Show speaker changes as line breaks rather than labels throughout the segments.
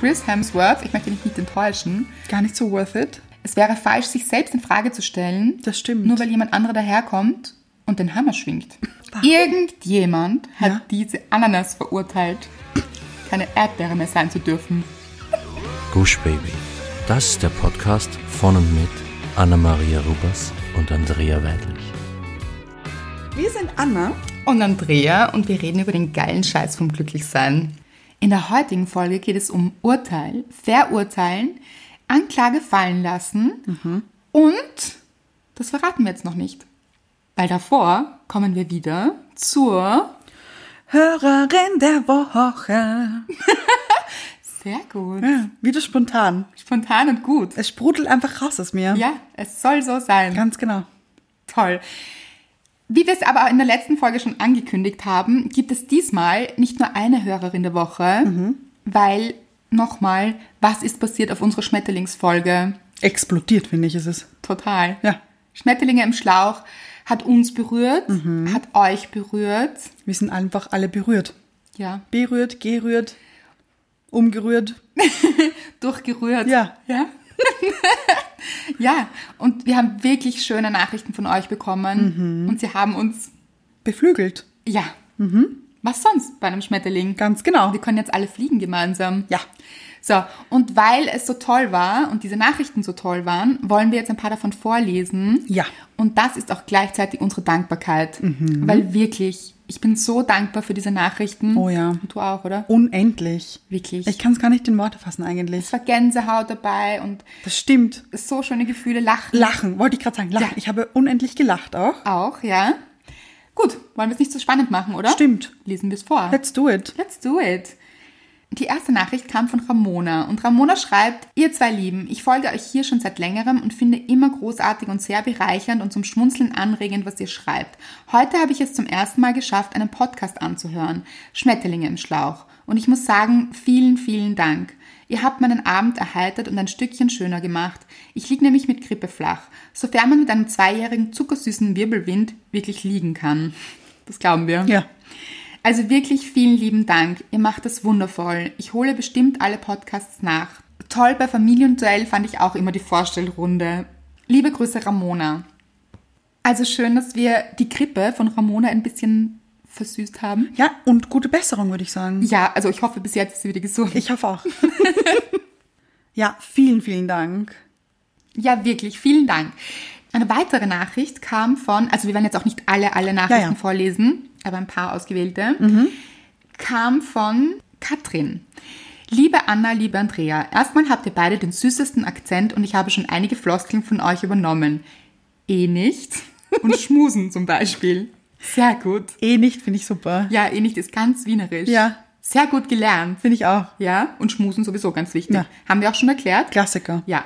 Chris Hemsworth, ich möchte dich nicht enttäuschen,
Gar nicht so worth it.
es wäre falsch, sich selbst in Frage zu stellen,
Das stimmt.
nur weil jemand anderer daherkommt und den Hammer schwingt. Irgendjemand hat
Ja.
diese Ananas verurteilt, keine Erdbeere mehr sein zu dürfen.
Gush Baby. Das ist der Podcast von und mit Anna-Maria Rubers und Andrea Weidlich.
Wir sind Anna.
Und Andrea und wir reden über den geilen Scheiß vom Glücklichsein. In der heutigen Folge geht es um Urteil, Verurteilen, Anklage fallen lassen und das verraten wir jetzt noch nicht. Weil davor kommen wir wieder zur.
Hörerin der Woche.
Sehr gut.
Ja, wieder spontan.
Spontan und gut.
Es sprudelt einfach raus aus mir.
Ja, es soll so sein.
Ganz genau.
Toll. Wie wir es aber in der letzten Folge schon angekündigt haben, gibt es diesmal nicht nur eine Hörerin der Woche, weil nochmal, was ist passiert auf unserer Schmetterlingsfolge?
Explodiert, finde ich, ist es.
Total.
Ja.
Schmetterlinge im Schlauch hat uns berührt, hat euch berührt.
Wir sind einfach alle berührt.
Ja,
Berührt, gerührt, umgerührt.
durchgerührt.
Ja.
Ja. ja, und wir haben wirklich schöne Nachrichten von euch
Mhm.
bekommen und sie haben uns,
Beflügelt.
ja, was sonst bei einem Schmetterling?
Mhm. Ganz genau.
Wir können jetzt alle fliegen gemeinsam.
Ja.
So, und weil es so toll war und diese Nachrichten so toll waren, wollen wir jetzt ein paar davon vorlesen.
Ja.
Und das ist auch gleichzeitig unsere Dankbarkeit.
Mhm.
Weil wirklich, ich bin so dankbar für diese Nachrichten.
Oh ja.
Und du auch, oder?
Unendlich.
Wirklich.
Ich kann es gar nicht in Worte fassen
Es
eigentlich.
war Gänsehaut dabei und
Das stimmt.
so schöne Gefühle, Lachen
Lachen, wollte ich gerade sagen. Lachen.
Ja.
Ich habe unendlich gelacht auch.
auch, ja. Gut, wollen wir es nicht so spannend machen, oder?
Stimmt.
Lesen wir es vor.
Let's do it.
Let's do it. Die erste Nachricht kam von Ramona und Ramona schreibt, ihr zwei Lieben, ich folge euch hier schon seit längerem und finde immer großartig und sehr bereichernd und zum Schmunzeln anregend, was ihr schreibt. Heute habe ich es zum ersten Mal geschafft, einen Podcast anzuhören, Schmetterlinge im Schlauch. Und ich muss sagen, vielen, vielen Dank. Ihr habt meinen Abend erheitert und ein Stückchen schöner gemacht. Ich lieg nämlich mit Grippe flach, sofern man mit einem zweijährigen zuckersüßen Wirbelwind wirklich liegen kann. Das glauben wir.
Ja.
Also wirklich vielen lieben Dank. Ihr macht das wundervoll. Ich hole bestimmt alle Podcasts nach. Toll bei Familienduell fand ich auch immer die Vorstellrunde. Liebe Grüße, Ramona. Also schön, dass wir die Grippe von Ramona ein bisschen versüßt haben.
Ja, und gute Besserung, würde ich sagen.
Ja, also ich hoffe, bis jetzt ist sie wieder gesund.
Ich hoffe auch. ja, vielen, vielen Dank.
Ja, wirklich, vielen Dank. Eine weitere Nachricht kam von, also wir werden jetzt auch nicht alle, alle Nachrichten
Ja, Mhm. ja.
vorlesen, aber ein paar ausgewählte, kam von Katrin. Liebe Anna, liebe Andrea, erstmal habt ihr beide den süßesten Akzent und ich habe schon einige Floskeln von euch übernommen. Eh nicht und schmusen zum Beispiel. Sehr gut.
Eh nicht, finde ich super.
Ja, eh nicht ist ganz wienerisch.
Ja.
Sehr gut gelernt.
Finde ich auch.
Ja, und schmusen sowieso ganz wichtig.
Ja.
Haben wir auch schon erklärt.
Klassiker.
Ja.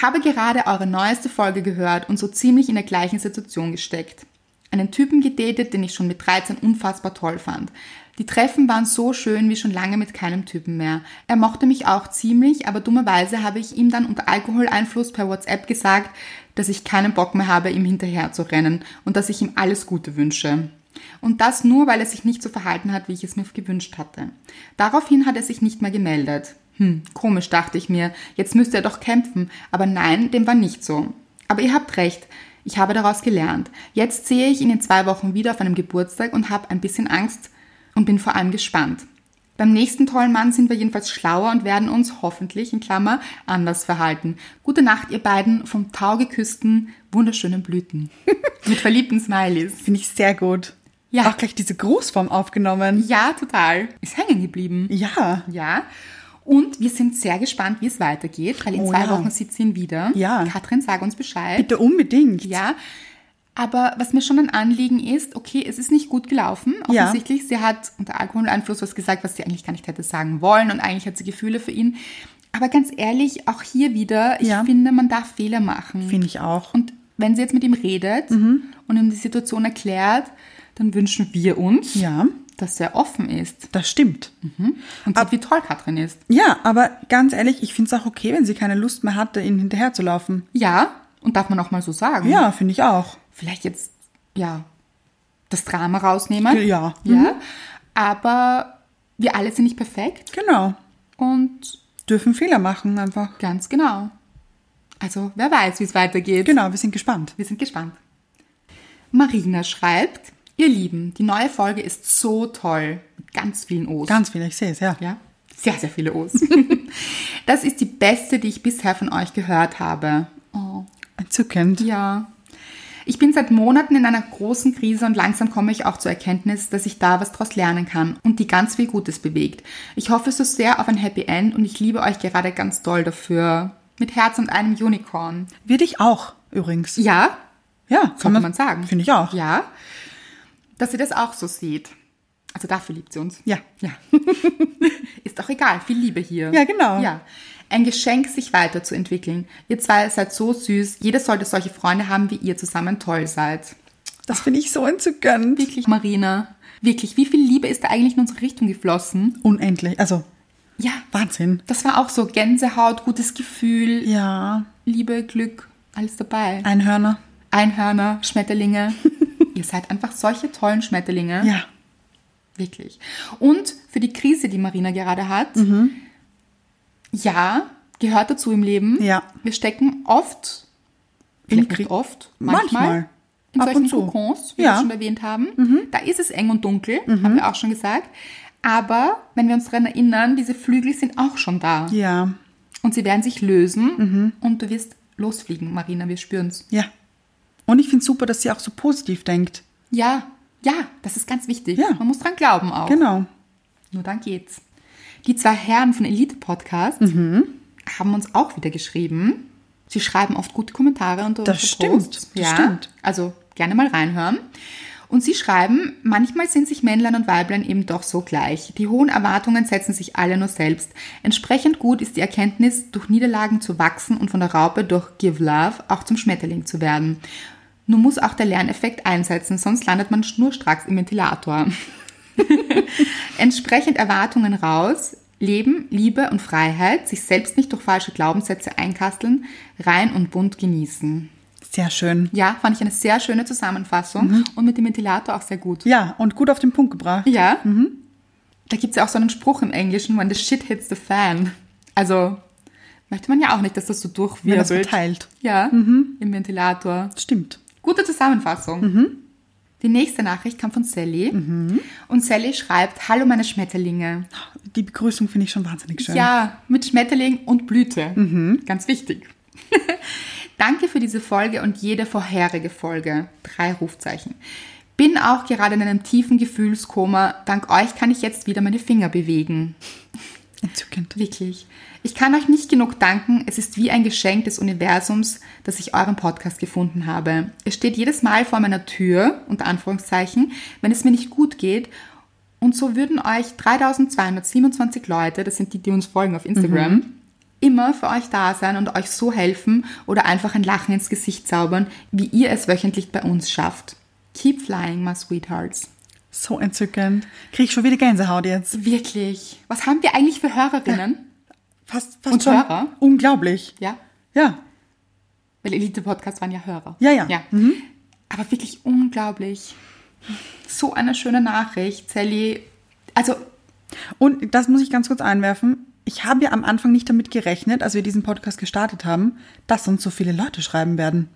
Habe gerade eure neueste Folge gehört und so ziemlich in der gleichen Situation gesteckt. Einen Typen gedatet, den ich schon mit 13 unfassbar toll fand. Die Treffen waren so schön wie schon lange mit keinem Typen mehr. Er mochte mich auch ziemlich, aber dummerweise habe ich ihm dann unter Alkoholeinfluss per WhatsApp gesagt, dass ich keinen Bock mehr habe, ihm hinterher zu rennen und dass ich ihm alles Gute wünsche. Und das nur, weil er sich nicht so verhalten hat, wie ich es mir gewünscht hatte. Daraufhin hat er sich nicht mehr gemeldet. Hm, komisch, dachte ich mir. Jetzt müsste er doch kämpfen. Aber nein, dem war nicht so. Aber ihr habt recht. Ich habe daraus gelernt. Jetzt sehe ich ihn in zwei Wochen wieder auf einem Geburtstag und habe ein bisschen Angst und bin vor allem gespannt. Beim nächsten tollen Mann sind wir jedenfalls schlauer und werden uns hoffentlich, in Klammer, anders verhalten. Gute Nacht, ihr beiden, vom Tau geküssten, wunderschönen Blüten. Mit verliebten Smileys.
Finde ich sehr gut.
Ja.
Auch gleich diese Grußform aufgenommen.
Ja, total. Ist hängen geblieben.
Ja.
Ja. Und wir sind sehr gespannt, wie es weitergeht, weil in
Oh
zwei
ja.
Wochen sitzt ihn wieder.
Ja.
Katrin, sag uns Bescheid.
Bitte unbedingt.
Ja. Aber was mir schon ein Anliegen ist, okay, es ist nicht gut gelaufen.
Ja.
Offensichtlich, sie hat unter Alkoholeinfluss was gesagt, was sie eigentlich gar nicht hätte sagen wollen und eigentlich hat sie Gefühle für ihn. Aber ganz ehrlich, auch hier wieder, ich
Ja.
finde, man darf Fehler machen.
Finde ich auch.
Und wenn sie jetzt mit ihm redet
Mhm.
und ihm die Situation erklärt, dann wünschen wir uns,
Ja.
dass er offen ist
Das stimmt.
Hm. und sieht, wie toll Katrin ist.
Ja, aber ganz ehrlich, ich finde es auch okay, wenn sie keine Lust mehr hatte, ihnen hinterherzulaufen.
Ja, und darf man auch mal so sagen.
Ja, finde ich auch.
Vielleicht jetzt, ja, das Drama rausnehmen.
Ja. Mhm.
Ja. Aber wir alle sind nicht perfekt
Genau.
und
Dürfen Fehler machen einfach.
ganz genau. Also wer weiß, wie es weitergeht.
Genau, wir sind gespannt.
Wir sind gespannt. Marina schreibt, ihr Lieben, die neue Folge ist so toll. Mit ganz vielen O's.
Ganz viel, ich sehe es, ja.
ja, sehr, sehr viele O's. das ist die beste, die ich bisher von euch gehört habe. Oh.
Entzückend.
Ja. Ich bin seit Monaten in einer großen Krise und langsam komme ich auch zur Erkenntnis, dass ich da was draus lernen kann und die ganz viel Gutes bewegt. Ich hoffe so sehr auf ein Happy End und ich liebe euch gerade ganz doll dafür. Mit Herz und einem Unicorn.
Wir dich auch, übrigens.
Ja,
Ja,
kann man, sagen.
Finde ich auch.
Ja. Dass sie das auch so sieht. Also dafür liebt sie uns.
Ja.
Ja. Ist auch egal, viel Liebe hier.
Ja, genau.
Ja. Ein Geschenk, sich weiterzuentwickeln. Ihr zwei seid so süß. Jeder sollte solche Freunde haben, wie ihr zusammen toll seid.
Das finde ich so entzückend.
Wirklich, Marina. Wirklich, wie viel Liebe ist da eigentlich in unsere Richtung geflossen?
Unendlich. Also,
Ja.
Wahnsinn.
Das war auch so Gänsehaut, gutes Gefühl,
Ja,
Liebe, Glück, alles dabei.
Einhörner.
Einhörner, Schmetterlinge. ihr seid einfach solche tollen Schmetterlinge.
Ja.
Wirklich. Und für die Krise, die Marina gerade hat,
Mhm.
ja, gehört dazu im Leben.
Ja.
Wir stecken oft, vielleicht
Kri-
nicht oft, manchmal,
Manchmal.
in
Ab
solchen
und zu.
Kokons, wie wir
Ja. Mhm.
schon erwähnt haben. Da ist es eng und dunkel, haben wir auch schon gesagt. Aber wenn wir uns daran erinnern, diese Flügel sind auch schon da.
Ja. Mhm.
Und sie werden sich lösen und du wirst losfliegen, Marina, wir spüren's.
Ja. Und ich finde es super, dass sie auch so positiv denkt.
Ja, ja, das ist ganz wichtig.
Ja.
Man muss dran glauben auch.
Genau.
Nur dann geht's. Die zwei Herren von Elite Podcast
Mhm.
haben uns auch wieder geschrieben. Sie schreiben oft gute Kommentare unter
Das
unsere
stimmt,
Posts.
das
ja,
stimmt.
Also gerne mal reinhören. Und sie schreiben, manchmal sind sich Männlein und Weiblein eben doch so gleich. Die hohen Erwartungen setzen sich alle nur selbst. Entsprechend gut ist die Erkenntnis, durch Niederlagen zu wachsen und von der Raupe durch Give Love auch zum Schmetterling zu werden. Nun muss auch der Lerneffekt einsetzen, sonst landet man schnurstracks im Ventilator entsprechend Erwartungen raus. Leben, Liebe und Freiheit, sich selbst nicht durch falsche Glaubenssätze einkasteln, rein und bunt genießen.
Sehr schön.
Ja, fand ich eine sehr schöne Zusammenfassung
Mhm.
und mit dem Ventilator auch sehr gut.
Ja, und gut auf den Punkt gebracht.
Ja.
Mhm.
Da gibt es ja auch so einen Spruch im Englischen, when the shit hits the fan. Also möchte man ja auch nicht, dass das so
Wenn das Mhm.
durchwirbelt.
verteilt.
ja, im Ventilator.
Stimmt.
Gute Zusammenfassung.
Mhm.
Die nächste Nachricht kam von Sally. Und Sally schreibt, Hallo meine Schmetterlinge.
Die Begrüßung finde ich schon wahnsinnig schön.
Ja, mit Schmetterling und Blüte. Ganz wichtig. Danke für diese Folge und jede vorherige Folge. Drei Rufzeichen. Bin auch gerade in einem tiefen Gefühlskoma. Dank euch kann ich jetzt wieder meine Finger bewegen.
Entzückend.
Wirklich. Ich kann euch nicht genug danken. Es ist wie ein Geschenk des Universums, dass ich euren Podcast gefunden habe. Es steht jedes Mal vor meiner Tür, unter Anführungszeichen, wenn es mir nicht gut geht. Und so würden euch 3227 Leute, das sind die, die uns folgen auf Instagram, immer für euch da sein und euch so helfen oder einfach ein Lachen ins Gesicht zaubern, wie ihr es wöchentlich bei uns schafft. Keep flying, my sweethearts.
So entzückend. Kriege ich schon wieder Gänsehaut jetzt.
Wirklich. Was haben wir eigentlich für Hörerinnen?
Fast, fast
Und
schon
Hörer?
Unglaublich.
Ja.
Ja.
Weil Elite-Podcasts waren ja Hörer.
Ja, Mhm. ja.
Aber wirklich unglaublich. So eine schöne Nachricht, Sally. Also,
Und das muss ich ganz kurz einwerfen. Ich habe ja am Anfang nicht damit gerechnet, als wir diesen Podcast gestartet haben, dass uns so viele Leute schreiben werden.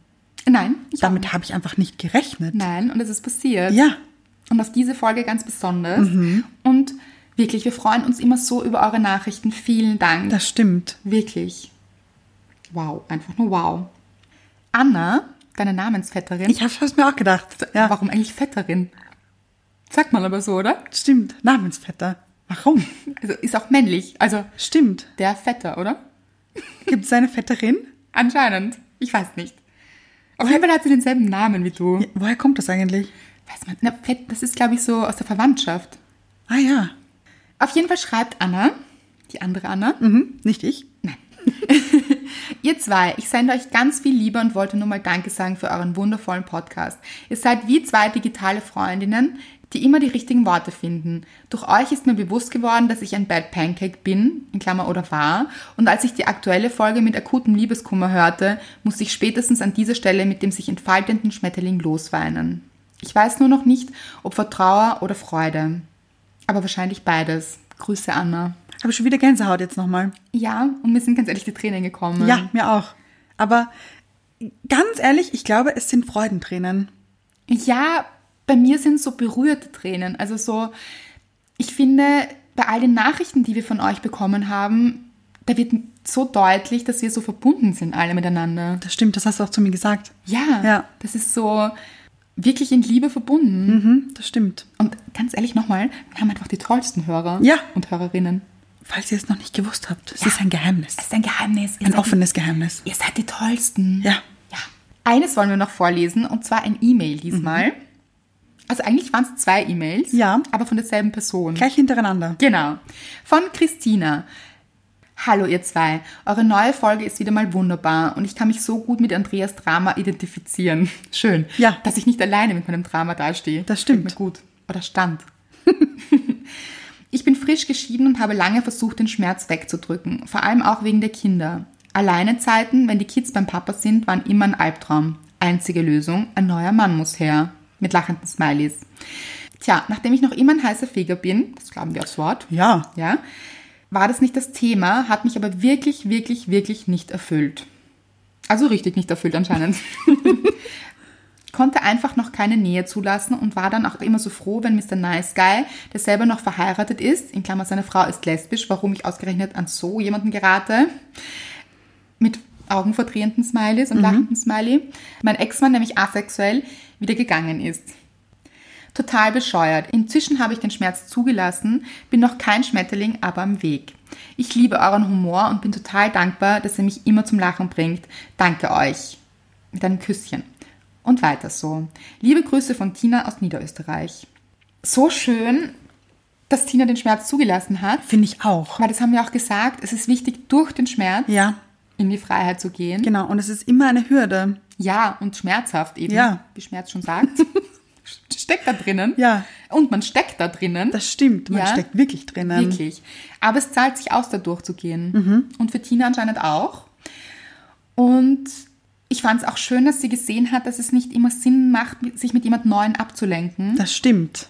nein. ich-
Damit habe ich einfach nicht gerechnet.
Nein, und es ist passiert.
Ja. Mhm.
Und auf diese Folge ganz besonders. Und wirklich, wir freuen uns immer so über eure Nachrichten. Vielen Dank.
Das stimmt.
wirklich. Wow, einfach nur wow. Anna, deine Namensvetterin.
Ich habe es mir auch gedacht. Ja,
Warum eigentlich Vetterin? Sagt man aber so, oder?
stimmt. Namensvetter. Warum?
Also ist auch männlich. Also
Stimmt.
der Vetter, oder?
Gibt es eine Vetterin?
Anscheinend. Ich weiß nicht. Auf jeden Fall hat sie denselben Namen wie du.
Ja, woher kommt das eigentlich?
Weiß man, na, Fett, das ist, glaube ich, so aus der Verwandtschaft.
Ah ja.
Auf jeden Fall schreibt Anna, die andere Anna,
Mhm. Nicht ich.
Ihr zwei, ich sende euch ganz viel Liebe und wollte nur mal Danke sagen für euren wundervollen Podcast. Ihr seid wie zwei digitale Freundinnen, die immer die richtigen Worte finden. Durch euch ist mir bewusst geworden, dass ich ein Bad Pancake bin, in Klammer oder war, und als ich die aktuelle Folge mit akutem Liebeskummer hörte, musste ich spätestens an dieser Stelle mit dem sich entfaltenden Schmetterling losweinen. Ich weiß nur noch nicht, ob vor Trauer oder Freude. Aber wahrscheinlich beides. Grüße, Anna.
Habe ich schon wieder Gänsehaut jetzt nochmal.
Ja, und mir sind ganz ehrlich die Tränen gekommen.
Ja, mir auch. Aber ganz ehrlich, ich glaube, es sind Freudentränen.
Ja, bei mir sind so berührte Tränen. Also so, ich finde, bei all den Nachrichten, die wir von euch bekommen haben, da wird so deutlich, dass wir so verbunden sind alle miteinander.
Das stimmt, das hast du auch zu mir gesagt.
Ja,
Ja.
das ist so wirklich in Liebe verbunden.
Mhm, das stimmt.
Und ganz ehrlich nochmal, wir haben einfach die tollsten Hörer
Ja.
und Hörerinnen.
Falls ihr es noch nicht gewusst habt, es ist ein Geheimnis.
Das ist ein Geheimnis. Ihr
Ein
seid
offenes Geheimnis.
Die, ihr seid die tollsten.
Ja.
ja. Eines wollen wir noch vorlesen, und zwar ein E-Mail diesmal. Also eigentlich waren es zwei E-Mails,
Ja.
aber von derselben Person.
Gleich hintereinander.
Genau. Von Christina. Hallo ihr zwei. Eure neue Folge ist wieder mal wunderbar und ich kann mich so gut mit Andreas Drama identifizieren. Schön.
Ja.
Dass ich nicht alleine mit meinem Drama dastehe.
Das stimmt.
Gefällt Mir gut. Oder stand. ich bin frisch geschieden und habe lange versucht, den Schmerz wegzudrücken. Vor allem auch wegen der Kinder. Alleine Zeiten, wenn die Kids beim Papa sind, waren immer ein Albtraum. Einzige Lösung, ein neuer Mann muss her. Mit lachenden Smileys. Tja, nachdem ich noch immer ein heißer Feger bin, das glauben wir aufs Wort,
Ja.
ja, war das nicht das Thema, hat mich aber wirklich, wirklich, wirklich nicht erfüllt. Also richtig nicht erfüllt anscheinend. Konnte einfach noch keine Nähe zulassen und war dann auch immer so froh, wenn Mr. Nice Guy, der selber noch verheiratet ist, in Klammern seine Frau ist lesbisch, warum ich ausgerechnet an so jemanden gerate, mit augenverdrehenden Smileys und lachenden Smiley, mein Ex-Mann, nämlich asexuell, wieder gegangen ist. Total bescheuert. Inzwischen habe ich den Schmerz zugelassen, bin noch kein Schmetterling, aber am Weg. Ich liebe euren Humor und bin total dankbar, dass ihr mich immer zum Lachen bringt. Danke euch. Mit einem Küsschen. Und weiter so. Liebe Grüße von Tina aus Niederösterreich. So schön, dass Tina den Schmerz zugelassen hat.
Finde ich auch.
Weil das haben wir auch gesagt, es ist wichtig, durch den Schmerz
Ja,
in die Freiheit zu gehen.
genau. Und es ist immer eine Hürde.
Ja, und schmerzhaft eben,
Ja.
wie Schmerz schon sagt. steckt da drinnen.
Ja.
Und man steckt da drinnen.
Das stimmt. Man
Ja.
steckt wirklich drinnen.
Wirklich. Aber es zahlt sich aus, da durchzugehen.
Mhm.
Und für Tina anscheinend auch. Und ich fand es auch schön, dass sie gesehen hat, dass es nicht immer Sinn macht, mit- sich mit jemand Neuen abzulenken,
Das stimmt.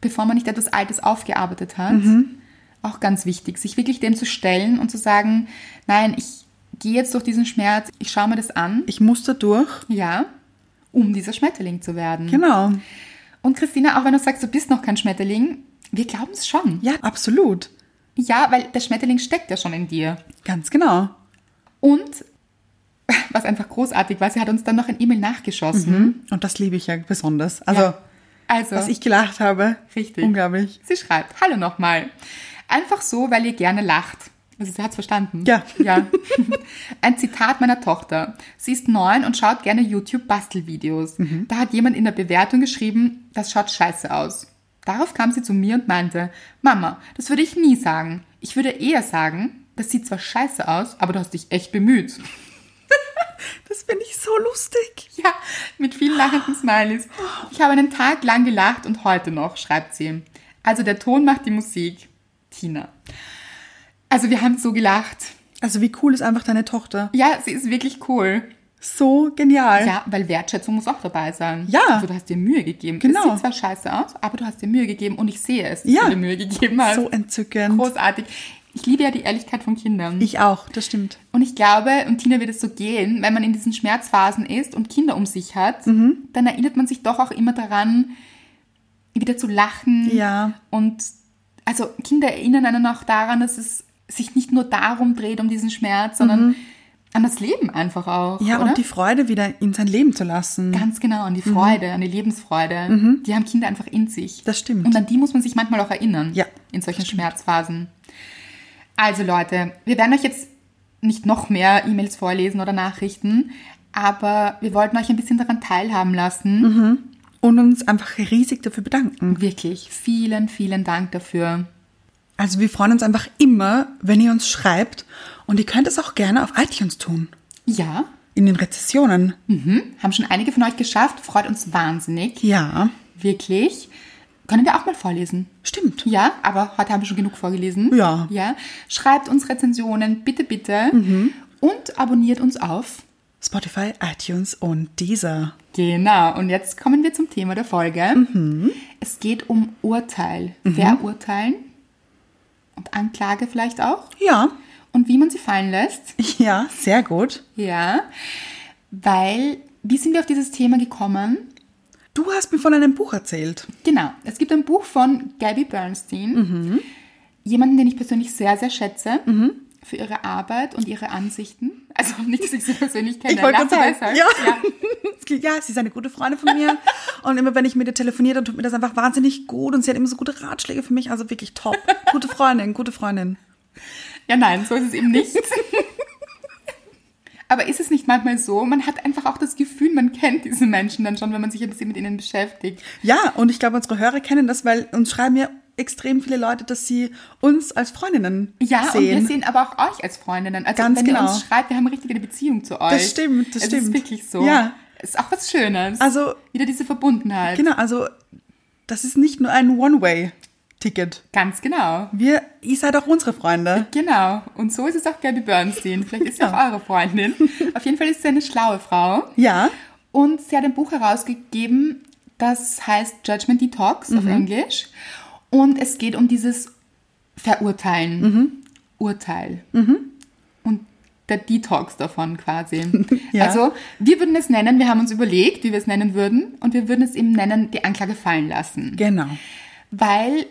bevor man nicht etwas Altes aufgearbeitet hat.
Mhm.
Auch ganz wichtig, sich wirklich dem zu stellen und zu sagen, nein, ich gehe jetzt durch diesen Schmerz, ich schaue mir das an,
Ich muss da durch.
ja, um dieser Schmetterling zu werden.
Genau.
Und Christina, auch wenn du sagst, du bist noch kein Schmetterling, wir glauben es schon.
Ja, absolut.
Ja, weil der Schmetterling steckt ja schon in dir.
Ganz genau.
Und was einfach großartig war, sie hat uns dann noch ein E-Mail nachgeschossen.
Und das liebe ich ja besonders. Mhm. Also,
Mhm. Ja. Also,
was ich gelacht habe.
Richtig.
Unglaublich.
sie schreibt, hallo nochmal. Einfach so, weil ihr gerne lacht. Also sie hat es verstanden.
Ja.
ja. Ein Zitat meiner Tochter. Sie ist neun und schaut gerne YouTube-Bastelvideos.
Mhm.
Da hat jemand in der Bewertung geschrieben, das schaut scheiße aus. Darauf kam sie zu mir und meinte, Mama, das würde ich nie sagen. Ich würde eher sagen, das sieht zwar scheiße aus, aber du hast dich echt bemüht.
Das finde ich so lustig.
Ja, mit vielen lachenden Smileys. Ich habe einen Tag lang gelacht und heute noch, schreibt sie. Also der Ton macht die Musik. Tina. Also wir haben so gelacht.
Also, wie cool ist einfach deine Tochter?
Ja, sie ist wirklich cool.
So genial.
Ja, weil Wertschätzung muss auch dabei sein.
Ja.
Also du hast dir Mühe gegeben.
Genau.
Es sieht zwar scheiße aus, aber du hast dir Mühe gegeben und ich sehe es, dass
Ja.
du dir Mühe gegeben hast.
So entzückend.
Großartig. Ich liebe ja die Ehrlichkeit von Kindern.
Ich auch, das stimmt.
Und ich glaube, und Tina wird es so gehen, wenn man in diesen Schmerzphasen ist und Kinder um sich hat,
Mhm.
dann erinnert man sich doch auch immer daran, wieder zu lachen.
Ja.
Und also Kinder erinnern einen auch daran, dass es sich nicht nur darum dreht, um diesen Schmerz, sondern an das Leben einfach auch.
Mhm. Ja,
oder?
und die Freude wieder in sein Leben zu lassen.
Ganz genau, an die
Mhm.
Freude, an die Lebensfreude. Die haben Kinder einfach in sich.
Das stimmt.
Und an die muss man sich manchmal auch erinnern.
Ja,
In solchen Schmerzphasen. Also Leute, wir werden euch jetzt nicht noch mehr E-Mails vorlesen oder Nachrichten, aber wir wollten euch ein bisschen daran teilhaben lassen.
Mhm. und uns einfach riesig dafür bedanken.
Wirklich, vielen, vielen Dank dafür.
Also wir freuen uns einfach immer, wenn ihr uns schreibt und ihr könnt es auch gerne auf iTunes tun.
Ja,
In den Rezessionen.
mhm. haben schon einige von euch geschafft, freut uns wahnsinnig.
Ja,
Wirklich. Können wir auch mal vorlesen?
stimmt.
Ja, aber heute haben wir schon genug vorgelesen.
Ja.
Ja. Schreibt uns Rezensionen, bitte, bitte. Und abonniert uns auf.
Spotify, iTunes und dieser.
Genau. Und jetzt kommen wir zum Thema der Folge. Es geht um Urteil. Verurteilen und Anklage vielleicht auch
Ja,
und wie man sie fallen lässt.
ja, sehr gut.
Ja, weil wie sind wir auf dieses Thema gekommen?
Du hast mir von einem Buch erzählt.
Genau, es gibt ein Buch von Gabby Bernstein, jemanden, den ich persönlich sehr, sehr schätze. Für ihre Arbeit und ihre Ansichten. Also nicht, dass ich sie persönlich kenne.
Ich wollte gerade
Nachteil
sagen,
halt.
ja. ja, sie ist eine gute Freundin von mir. und immer wenn ich mit ihr telefoniere, dann tut mir das einfach wahnsinnig gut. Und sie hat immer so gute Ratschläge für mich. Also wirklich top. Gute Freundin, gute Freundin.
Ja, nein, so ist es eben nicht. Aber ist es nicht manchmal so, man hat einfach auch das Gefühl, man kennt diese Menschen dann schon, wenn man sich ein bisschen mit ihnen beschäftigt.
Ja, und ich glaube, unsere Hörer kennen das, weil uns schreiben ja extrem viele Leute, dass sie uns als Freundinnen
Ja,
sehen.
und wir sehen aber auch euch als Freundinnen. Also
Ganz
wenn ihr
genau.
uns schreibt, wir haben richtig eine Beziehung zu euch.
stimmt, das
es
stimmt.
ist wirklich so.
Ja.
Ist auch was Schönes.
Also-
Wieder diese Verbundenheit.
Genau, also das ist nicht nur ein One-Way-Ticket.
Ganz genau.
Wir, ihr seid auch unsere Freunde.
Genau. Und so ist es auch Gabby Bernstein. Vielleicht ist sie
Ja.
auch eure Freundin. Auf jeden Fall ist sie eine schlaue Frau.
Ja.
Und sie hat ein Buch herausgegeben, das heißt Judgment Detox
Mhm.
auf Englisch. Und es geht um dieses Verurteilen.
Mhm.
Urteil. Und der Detox davon quasi.
Ja.
Also wir würden es nennen, wir haben uns überlegt, wie wir es nennen würden. Und wir würden es eben nennen, die Anklage fallen lassen.
Genau.
Weil,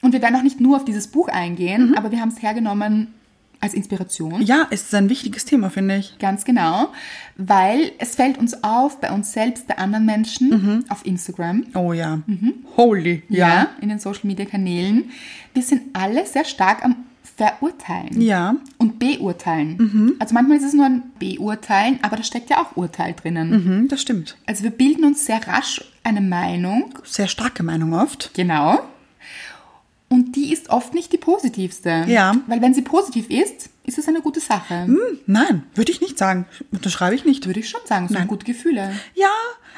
und wir werden auch nicht nur auf dieses Buch eingehen, aber wir haben es hergenommen als Inspiration.
Mhm. Ja, es ist ein wichtiges Thema, finde ich.
Ganz genau, weil es fällt uns auf bei uns selbst, bei anderen Menschen, auf Instagram,
Oh ja.
Mhm.
Holy.
ja.
Mhm. Ja.
in den Social Media Kanälen. Wir sind alle sehr stark am Verurteilen
Ja. Mhm.
und Beurteilen. Also manchmal ist es nur ein Beurteilen, aber da steckt ja auch Urteil drinnen.
Mhm, das stimmt.
Also wir bilden uns sehr rasch eine Meinung,
Sehr starke Meinung oft.
genau, und die ist oft nicht die positivste.
Ja.
Weil wenn sie positiv ist, ist es eine gute Sache.
Hm, nein, würde ich nicht sagen. Unterschreibe ich nicht.
Würde ich schon sagen, es sind gute Gefühle.
Ja,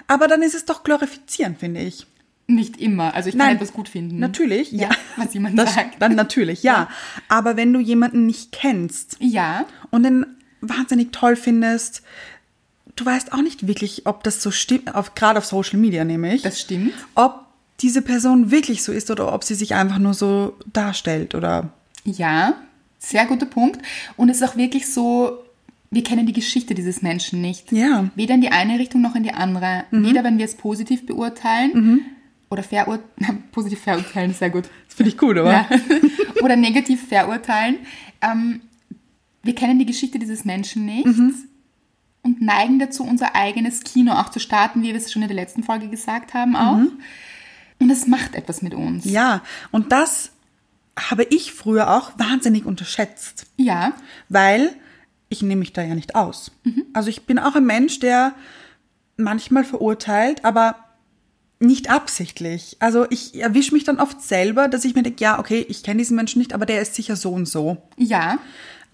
aber dann ist es doch glorifizieren, finde ich.
Nicht immer. Also ich kann
Nein.
etwas gut finden.
Natürlich, ja.
Was jemand
das,
sagt.
Dann natürlich, ja. Aber wenn du jemanden nicht kennst
Ja,
und den wahnsinnig toll findest, du weißt auch nicht wirklich, ob das so stimmt, auf, gerade auf Social Media nämlich.
das stimmt.
Ob diese Person wirklich so ist oder ob sie sich einfach nur so darstellt oder.
Ja, sehr guter Punkt. Und es ist auch wirklich so, wir kennen die Geschichte dieses Menschen nicht.
Ja. Mhm.
Weder in die eine Richtung noch in die andere. Weder wenn wir es positiv beurteilen oder verurteilen, positiv verurteilen, sehr gut.
Das finde ich cool, oder?
Ja. oder negativ verurteilen. Ähm, wir kennen die Geschichte dieses Menschen nicht
Mhm.
und neigen dazu, unser eigenes Kino auch zu starten, wie wir es schon in der letzten Folge gesagt haben auch. Und es macht etwas mit uns.
Mhm. Ja, und das habe ich früher auch wahnsinnig unterschätzt,
Ja,
weil ich nehme mich da ja nicht aus. Also ich bin auch ein Mensch, der manchmal verurteilt, aber nicht absichtlich. Also ich erwische mich dann oft selber, dass ich mir denke, ja, okay, ich kenne diesen Menschen nicht, aber der ist sicher so und so.
ja,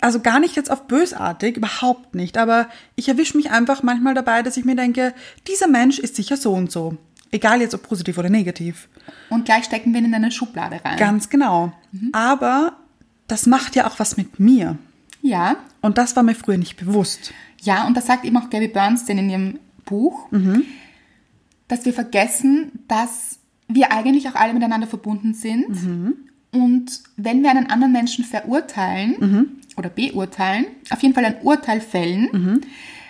Also gar nicht jetzt auf bösartig, überhaupt nicht, aber ich erwische mich einfach manchmal dabei, dass ich mir denke, dieser Mensch ist sicher so und so. Egal jetzt ob positiv oder negativ.
Und gleich stecken wir ihn in eine Schublade rein.
Ganz genau. Aber das macht ja auch was mit mir.
ja,
Und das war mir früher nicht bewusst.
ja, und das sagt eben auch Gabby Bernstein in ihrem Buch, dass wir vergessen, dass wir eigentlich auch alle miteinander verbunden sind. Und wenn wir einen anderen Menschen verurteilen oder beurteilen, auf jeden Fall ein Urteil fällen,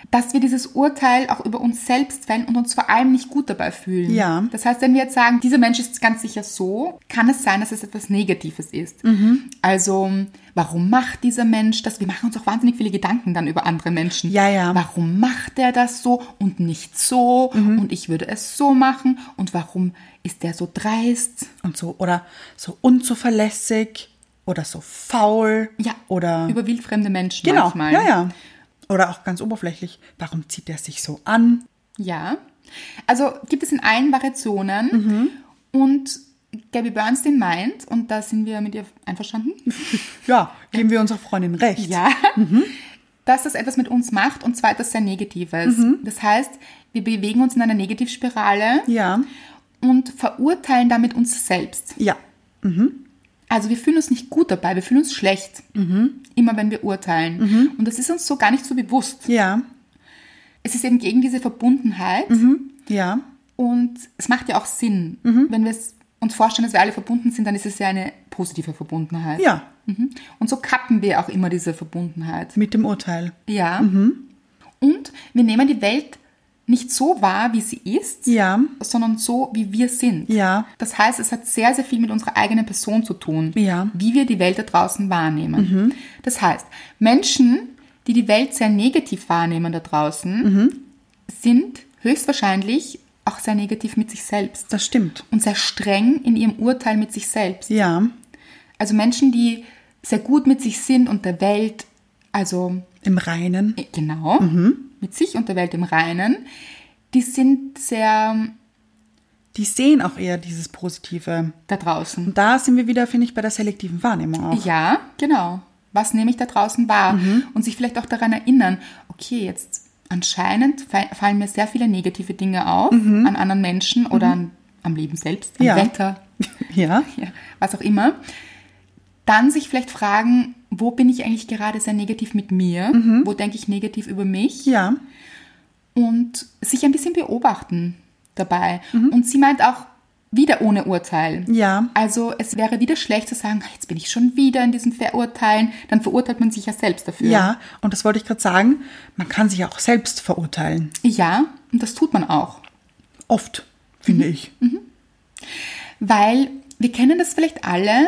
dass wir dieses Urteil auch über uns selbst fällen und uns vor allem nicht gut dabei fühlen.
Ja.
Das heißt, wenn wir jetzt sagen, dieser Mensch ist ganz sicher so, kann es sein, dass es etwas Negatives ist. Also, warum macht dieser Mensch das? Wir machen uns auch wahnsinnig viele Gedanken dann über andere Menschen.
Ja, ja.
Warum macht er das so und nicht so?
Mhm.
Und ich würde es so machen. Und warum ist der so dreist?
Und so, oder so unzuverlässig oder so faul.
Ja,
Oder
über wildfremde Menschen
genau,
manchmal.
ja, ja. Oder auch ganz oberflächlich, warum zieht er sich so an?
Ja. Also gibt es in allen Variationen
Mhm.
und Gabby Bernstein meint, und da sind wir mit ihr einverstanden,
Ja, geben wir unserer Freundin recht.
ja,
Mhm.
dass das etwas mit uns macht und zwar etwas sehr Negatives. Das heißt, wir bewegen uns in einer Negativspirale
Mhm. Ja.
und verurteilen damit uns selbst.
Ja.
Also wir fühlen uns nicht gut dabei, wir fühlen uns schlecht,
Mhm.
immer wenn wir urteilen. Und das ist uns so gar nicht so bewusst.
Ja.
Es ist
Mhm.
eben gegen diese Verbundenheit
Ja. Mhm.
Und es macht ja auch Sinn, wenn wir es uns vorstellen, dass wir alle verbunden sind, dann ist es ja eine positive Verbundenheit.
Ja,
Mhm. Und so kappen wir auch immer diese Verbundenheit.
mit dem Urteil.
Ja.
Mhm.
Und wir nehmen die Welt nicht so wahr, wie sie ist,
Ja.
sondern so, wie wir sind.
Ja.
Das heißt, es hat sehr, sehr viel mit unserer eigenen Person zu tun,
Ja.
wie wir die Welt da draußen wahrnehmen. Das heißt, Menschen, die die Welt sehr negativ wahrnehmen da draußen, sind höchstwahrscheinlich auch sehr negativ mit sich selbst
Das stimmt.
und sehr streng in ihrem Urteil mit sich selbst.
Ja.
Also Menschen, die sehr gut mit sich sind und der Welt, also
Im Reinen.
Genau. Mit sich und der Welt im Reinen. Die sind sehr ähm,
Die sehen auch eher dieses Positive.
da draußen.
Und da sind wir wieder, finde ich, bei der selektiven Wahrnehmung auch.
Ja, genau. Was nehme ich da draußen wahr? Und sich vielleicht auch daran erinnern, okay, jetzt anscheinend fe- fallen mir sehr viele negative Dinge auf an anderen Menschen oder an, am Leben selbst, am
Ja.
Wetter,
Ja.
ja, was auch immer. Dann sich vielleicht fragen, wo bin ich eigentlich gerade sehr negativ mit mir? Wo denke ich negativ über mich?
Ja.
und sich ein bisschen beobachten dabei. Und sie meint auch, wieder ohne Urteil.
Mhm. Ja.
Also es wäre wieder schlecht zu sagen, "Ah, jetzt bin ich schon wieder in diesem Verurteilen. Dann verurteilt man sich ja selbst dafür.
Ja. Und das wollte ich gerade sagen. Man kann sich auch selbst verurteilen.
Ja, und das tut man auch.
Oft, finde ich.
Mhm. Weil wir kennen das vielleicht alle.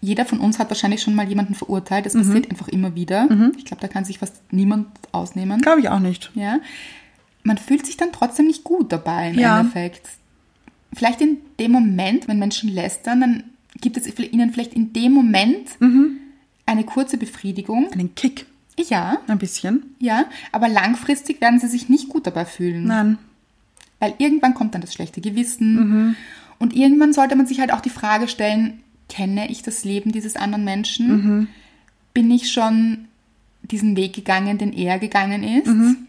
Jeder von uns hat wahrscheinlich schon mal jemanden verurteilt.
Mhm.
Das passiert einfach immer wieder. Ich glaube, da kann sich fast niemand ausnehmen.
Glaube ich auch nicht.
Ja. Man fühlt sich dann trotzdem nicht gut dabei im
Ja.
Endeffekt. Vielleicht in dem Moment, wenn Menschen lästern, dann gibt es ihnen vielleicht in dem Moment
Mhm.
eine kurze Befriedigung.
Einen Kick.
Ja,
Ein bisschen.
ja, aber langfristig werden sie sich nicht gut dabei fühlen,
Nein.
weil irgendwann kommt dann das schlechte Gewissen
Mhm.
und irgendwann sollte man sich halt auch die Frage stellen, kenne ich das Leben dieses anderen Menschen?
Mhm.
Bin ich schon diesen Weg gegangen, den er gegangen ist?
Mhm.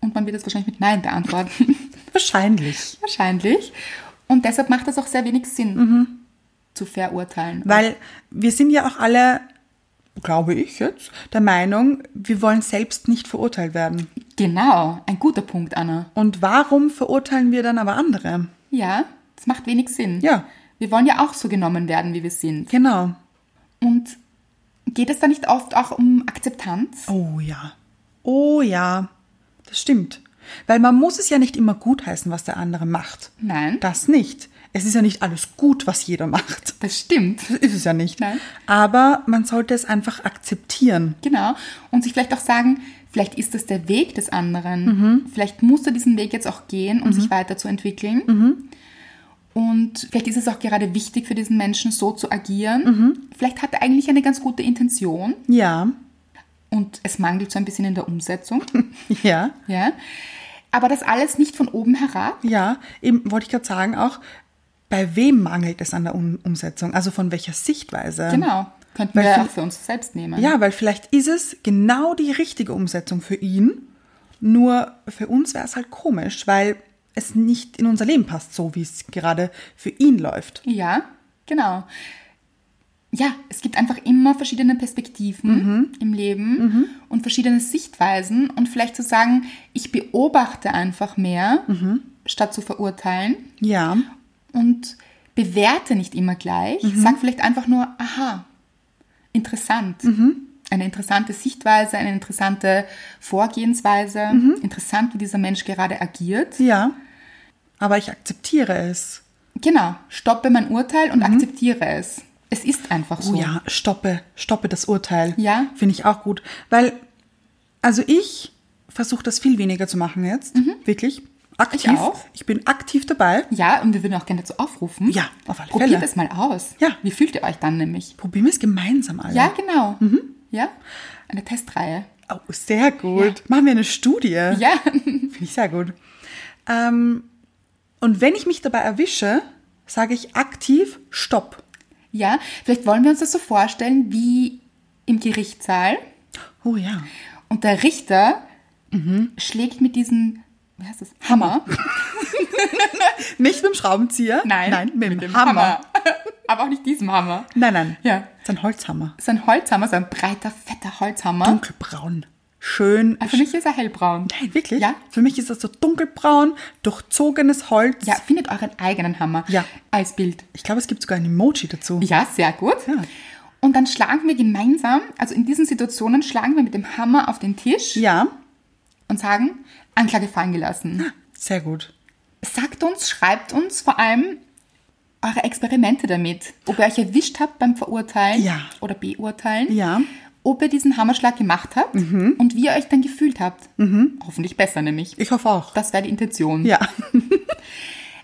Und man wird das wahrscheinlich mit Nein beantworten.
Wahrscheinlich.
Wahrscheinlich. Und deshalb macht es auch sehr wenig Sinn, zu verurteilen.
Weil wir sind ja auch alle, glaube ich jetzt, der Meinung, wir wollen selbst nicht verurteilt werden.
genau, ein guter Punkt, Anna.
Und warum verurteilen wir dann aber andere?
Ja, das macht wenig Sinn.
Ja.
Wir wollen ja auch so genommen werden, wie wir sind.
Genau.
Und geht es da nicht oft auch um Akzeptanz?
Oh ja. Oh ja. Das stimmt. Weil man muss es ja nicht immer gutheißen, was der andere macht.
Nein.
Das nicht. Es ist ja nicht alles gut, was jeder macht.
Das stimmt.
Das ist es ja nicht.
Nein.
Aber man sollte es einfach akzeptieren.
Genau. Und sich vielleicht auch sagen, vielleicht ist das der Weg des anderen. Vielleicht muss er diesen Weg jetzt auch gehen, um sich weiterzuentwickeln. Und vielleicht ist es auch gerade wichtig für diesen Menschen, so zu agieren. Vielleicht hat er eigentlich eine ganz gute Intention
Ja.
und es mangelt so ein bisschen in der Umsetzung.
Ja.
ja. Aber das alles nicht von oben herab.
Ja. Eben wollte ich gerade sagen auch, bei wem mangelt es an der um Umsetzung? Also von welcher Sichtweise?
Genau. Könnten
Weil
wir
viel-
auch für uns selbst nehmen.
Ja, weil vielleicht ist es genau die richtige Umsetzung für ihn. Nur für uns wäre es halt komisch, weil es nicht in unser Leben passt, so wie es gerade für ihn läuft.
Ja, genau. Ja, es gibt einfach immer verschiedene Perspektiven im Leben und verschiedene Sichtweisen und vielleicht zu sagen, ich beobachte einfach mehr, statt zu verurteilen
Ja,
und bewerte nicht immer gleich,
Mhm.
sag vielleicht einfach nur, aha, interessant.
Mhm.
Eine interessante Sichtweise, eine interessante Vorgehensweise,
Mhm.
interessant, wie dieser Mensch gerade agiert.
ja. Aber ich akzeptiere es.
Genau, stoppe mein Urteil und akzeptiere es. Es ist einfach so.
Mhm. Oh ja, stoppe, stoppe das Urteil.
Ja.
Finde ich auch gut. Weil, also ich versuche das viel weniger zu machen jetzt. Wirklich. Aktiv.
Mhm. auch.
ich bin aktiv dabei.
Ja, und wir würden auch gerne dazu aufrufen.
Ja, auf alle
Probiert
Fälle.
es mal aus.
Ja.
Wie fühlt ihr euch dann nämlich?
Probieren wir es gemeinsam alle.
Ja, genau.
Mhm.
Ja, eine Testreihe.
Oh, sehr gut. Machen wir eine Studie.
Ja,
Finde ich sehr gut. Ähm, und wenn ich mich dabei erwische, sage ich aktiv Stopp.
ja. Vielleicht wollen wir uns das so vorstellen wie im Gerichtssaal
Oh ja.
und der Richter schlägt mit diesem, wie heißt das, Hammer.
Nicht mit dem Schraubenzieher. Nein, mit, dem Hammer.
Aber auch nicht diesem Hammer.
Nein, nein.
Ja.
Das ist ein Holzhammer.
So ein Holzhammer, so ein breiter, fetter Holzhammer.
Dunkelbraun. schön.
Für mich ist er hellbraun.
Nein, wirklich?
Ja.
Für mich ist das so dunkelbraun, durchzogenes Holz.
Ja, findet euren eigenen Hammer
Ja.
als Bild.
Ich glaube, es gibt sogar ein Emoji dazu.
Ja, sehr gut.
Ja.
Und dann schlagen wir gemeinsam, also in diesen Situationen schlagen wir mit dem Hammer auf den Tisch
Ja,
und sagen, Anklage fallen gelassen.
sehr gut.
Sagt uns, schreibt uns vor allem eure Experimente damit. Ob ihr euch erwischt habt beim Verurteilen
Ja.
oder Beurteilen.
Ja. Mhm.
Ob ihr diesen Hammerschlag gemacht habt und wie ihr euch dann gefühlt habt. Hoffentlich besser nämlich.
Ich hoffe auch.
Das wäre die Intention.
Ja.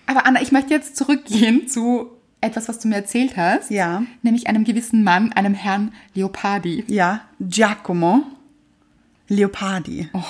Aber Anna, ich möchte jetzt zurückgehen zu etwas, was du mir erzählt hast.
Ja.
Nämlich einem gewissen Mann, einem Herrn Leopardi.
Ja, Giacomo Leopardi.
Oh,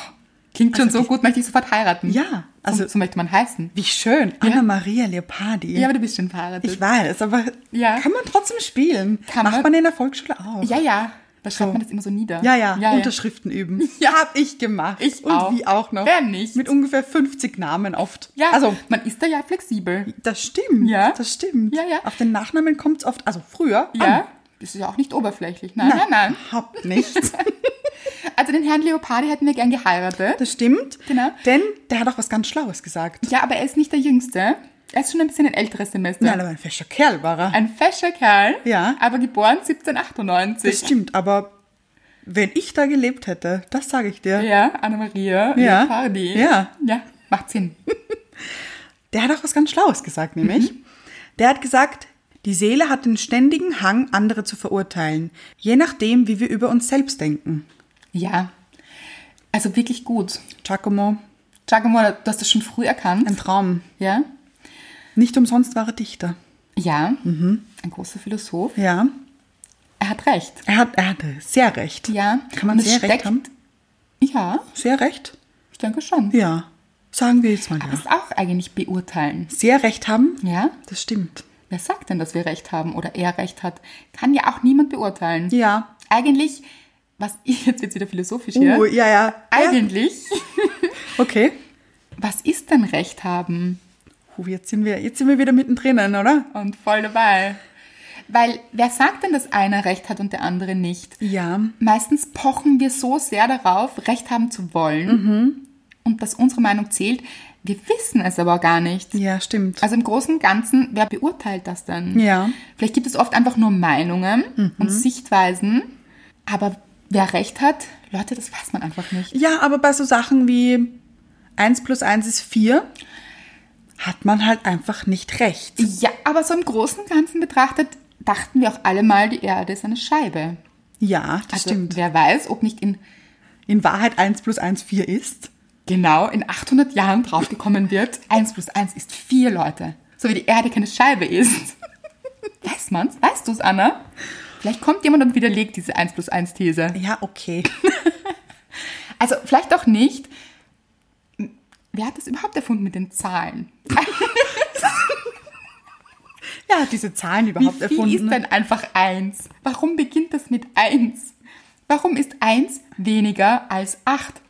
klingt schon so gut, möchte ich sofort heiraten.
Also Ja, also-
So, so möchte man heißen.
Wie schön. Anna-Maria Leopardi.
Ja, aber du bist schon verheiratet.
ich weiß, aber
Ja.
kann man trotzdem spielen?
Kann
Macht
man-
man in der Volksschule auch.
ja, ja. Da schreibt man das immer so nieder.
Ja, ja, Unterschriften üben.
Ja.
Hab ich gemacht.
Ich
Und
auch.
wie auch noch.
Wer nicht?
Mit ungefähr 50 Namen oft.
Ja,
Also,
also man ist da ja flexibel.
das stimmt.
Ja.
Das stimmt.
Ja, ja.
Auf den Nachnamen kommt es oft, also früher.
Ja.
An.
Das ist ja auch nicht oberflächlich. Nein, nein, nein.
Überhaupt nicht.
Also den Herrn Leopardi hätten wir gern geheiratet.
Das stimmt.
Genau.
Denn der hat auch was ganz Schlaues gesagt.
Ja, aber er ist nicht der Jüngste. Er ist schon ein bisschen ein älteres Semester.
Nein, aber ein fescher Kerl war er.
Ein fescher Kerl.
Ja.
Aber geboren 1798.
Das stimmt, aber wenn ich da gelebt hätte, das sage ich dir,
Ja, Anna-Maria
Ja.
Leopardi.
Ja.
Ja, macht Sinn.
der hat auch was ganz Schlaues gesagt, nämlich.
Mhm.
Der hat gesagt, die Seele hat den ständigen Hang, andere zu verurteilen, je nachdem, wie wir über uns selbst denken.
Ja. Also wirklich gut.
Giacomo,
Giacomo, du hast das schon früh erkannt.
ein Traum.
ja.
Nicht umsonst war er Dichter.
Ja.
Mhm.
Ein großer Philosoph.
Ja,
Er hat recht.
er hat, er hat sehr recht.
Ja.
Kann man
Und es
sehr recht
steckt-
haben?
Ja,
Sehr recht?
ich denke schon.
Ja, sagen wir jetzt mal
Aber
ja.
ist auch eigentlich beurteilen.
Sehr recht haben?
Ja?
Das stimmt.
Wer sagt denn, dass wir recht haben oder er recht hat? Kann ja auch niemand beurteilen.
Ja.
Eigentlich, was ich, jetzt wird's wieder philosophisch hier.
Uh, ja, ja. ja.
Eigentlich,
Okay.
was ist denn Recht haben?
Puh, jetzt sind wir, jetzt sind wir wieder mittendrin, oder?
Und voll dabei. Weil wer sagt denn, dass einer Recht hat und der andere nicht?
Ja.
Meistens pochen wir so sehr darauf, Recht haben zu wollen
Mhm.
und dass unsere Meinung zählt. Wir wissen es aber gar nicht.
Ja, stimmt.
Also im Großen und Ganzen, wer beurteilt das dann?
Ja. Mhm.
Vielleicht gibt es oft einfach nur Meinungen und Sichtweisen, aber wer Recht hat, Leute, das weiß man einfach nicht.
ja, aber bei so Sachen wie 1 plus 1 ist 4, hat man halt einfach nicht recht.
Ja, aber so im Großen und Ganzen betrachtet, dachten wir auch alle mal, die Erde ist eine Scheibe.
Ja, das
Also
stimmt.
wer weiß, ob nicht in
In Wahrheit 1 plus 1 4 ist.
genau in 800 Jahren draufgekommen wird, 1 plus 1 ist 4, Leute. So wie die Erde keine Scheibe ist. Weiß man's? Weißt du's, Anna? Vielleicht kommt jemand und widerlegt diese 1 plus 1 These.
Ja, okay.
Also vielleicht auch nicht. Wer hat das überhaupt erfunden mit den Zahlen?
Ja, hat diese Zahlen
Wie
überhaupt
viel
erfunden.
ist denn einfach 1? Warum beginnt das mit 1? Warum ist 1 weniger als 8?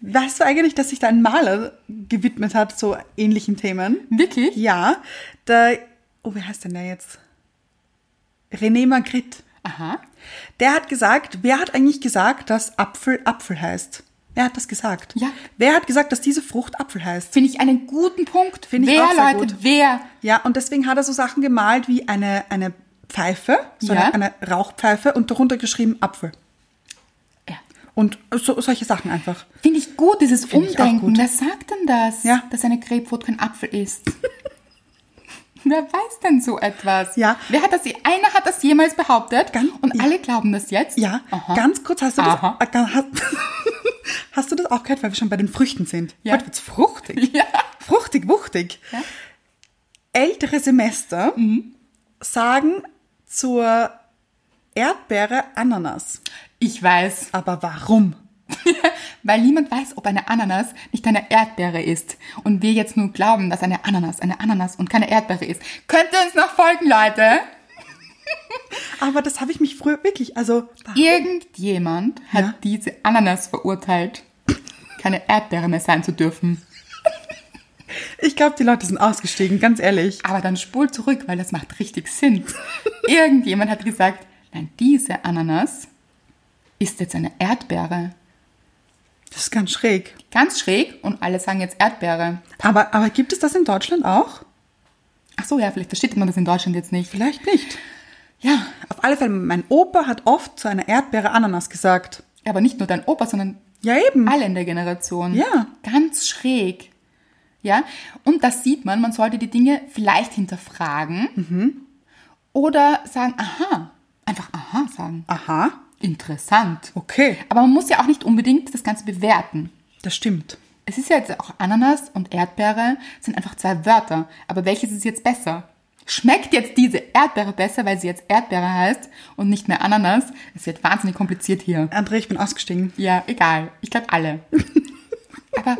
Weißt du eigentlich, dass sich da ein Maler gewidmet hat, so ähnlichen Themen?
Wirklich?
Ja, da, oh, wer heißt denn der jetzt? René Magritte.
Aha.
Der hat gesagt, wer hat eigentlich gesagt, dass Apfel Apfel heißt? Wer hat das gesagt?
Ja.
Wer hat gesagt, dass diese Frucht Apfel heißt?
Finde ich einen guten Punkt.
Finde ich
wer,
auch sehr
Leute,
gut.
wer?
Ja, und deswegen hat er so Sachen gemalt wie eine, eine Pfeife, so
Ja.
eine, eine Rauchpfeife und darunter geschrieben Apfel.
Ja.
Und so, solche Sachen einfach.
Finde ich gut, dieses
Finde ich auch
Umdenken.
gut.
Wer sagt denn das?
Ja.
Dass eine Grapefruit kein Apfel ist. Wer weiß denn so etwas?
Ja.
Wer hat das, einer hat das jemals behauptet
Ganz-
und
ja.
alle glauben das jetzt?
Ja,
Aha.
ganz kurz, hast du, das,
Aha.
äh, ganz- hast, hast du das auch gehört, weil wir schon bei den Früchten sind?
Ja.
Heute wird's fruchtig.
Ja.
Fruchtig, wuchtig.
Ja.
Ältere Semester sagen zur Erdbeere Ananas.
Ich weiß,
Aber warum?
weil niemand weiß, ob eine Ananas nicht eine Erdbeere ist. Und wir jetzt nur glauben, dass eine Ananas eine Ananas und keine Erdbeere ist. Könnt ihr uns noch folgen, Leute?
Aber das habe ich mich früher wirklich, also warum?
Irgendjemand hat
Ja.
diese Ananas verurteilt, keine Erdbeere mehr sein zu dürfen.
ich glaube, die Leute sind ausgestiegen, ganz ehrlich.
Aber dann spul zurück, weil das macht richtig Sinn. Irgendjemand hat gesagt, nein, diese Ananas ist jetzt eine Erdbeere.
Das ist ganz schräg.
Ganz schräg und alle sagen jetzt Erdbeere.
Aber, aber gibt es das in Deutschland auch?
Ach so, ja, vielleicht versteht man das in Deutschland jetzt nicht.
Vielleicht nicht.
Ja,
Auf alle Fälle, mein Opa hat oft zu einer Erdbeere Ananas gesagt.
aber nicht nur dein Opa, sondern
Ja, eben.
alle in der Generation.
Hm. Ja.
Ganz schräg. Ja, und das sieht man, man sollte die Dinge vielleicht hinterfragen oder sagen, aha, einfach aha sagen.
Aha,
Interessant.
okay.
Aber man muss ja auch nicht unbedingt das Ganze bewerten.
Das stimmt.
Es ist ja jetzt auch Ananas und Erdbeere sind einfach zwei Wörter. Aber welches ist jetzt besser? Schmeckt jetzt diese Erdbeere besser, weil sie jetzt Erdbeere heißt und nicht mehr Ananas? Es wird wahnsinnig kompliziert hier.
André, ich bin ausgestiegen.
Ja, egal. Ich glaube alle. Aber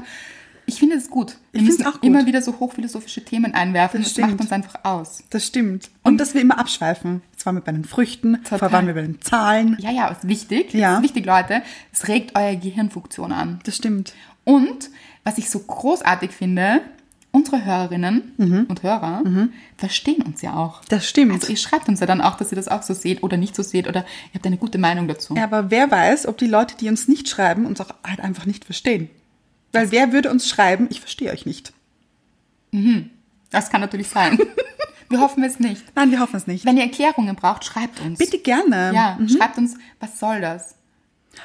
ich finde es gut. Wir
Ich find's
müssen
auch gut.
immer wieder so hochphilosophische Themen einwerfen.
Das
Das, macht
stimmt.
uns einfach aus.
Das stimmt. Und dass wir immer abschweifen. Jetzt waren wir bei den Früchten, vorher waren wir bei den Zahlen.
Ja, ja, ist wichtig.
Ja.
Ist wichtig, Leute. Es regt eure Gehirnfunktion an.
Das stimmt.
Und was ich so großartig finde, unsere Hörerinnen und Hörer verstehen uns ja auch.
Mhm. Das stimmt.
Also ihr schreibt uns ja dann auch, dass ihr das auch so seht oder nicht so seht oder ihr habt eine gute Meinung dazu.
Ja, aber wer weiß, ob die Leute, die uns nicht schreiben, uns auch halt einfach nicht verstehen. Weil wer würde uns schreiben, ich verstehe euch nicht.
Das kann natürlich sein. Wir hoffen es nicht.
Nein, wir hoffen es nicht.
Wenn ihr Erklärungen braucht, schreibt uns.
Bitte gerne.
Ja, schreibt uns, was soll das?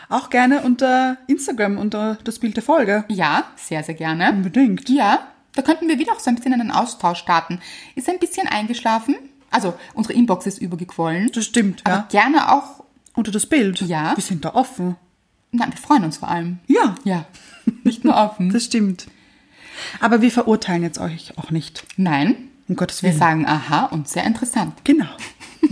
Auch gerne unter Instagram, unter das Bild der Folge.
Ja, sehr, sehr gerne.
Unbedingt.
Mhm. Ja, da könnten wir wieder auch so ein bisschen einen Austausch starten. Ist ein bisschen eingeschlafen. Also, unsere Inbox ist übergequollen.
Das stimmt,
Aber
ja.
gerne auch,
Unter das Bild.
Ja.
Wir sind da offen.
nein, wir freuen uns vor allem.
Ja,
Ja, nicht nur offen.
das stimmt. Aber wir verurteilen jetzt euch auch nicht.
Nein,
Um Gottes
wir
Willen.
sagen aha und sehr interessant.
Genau.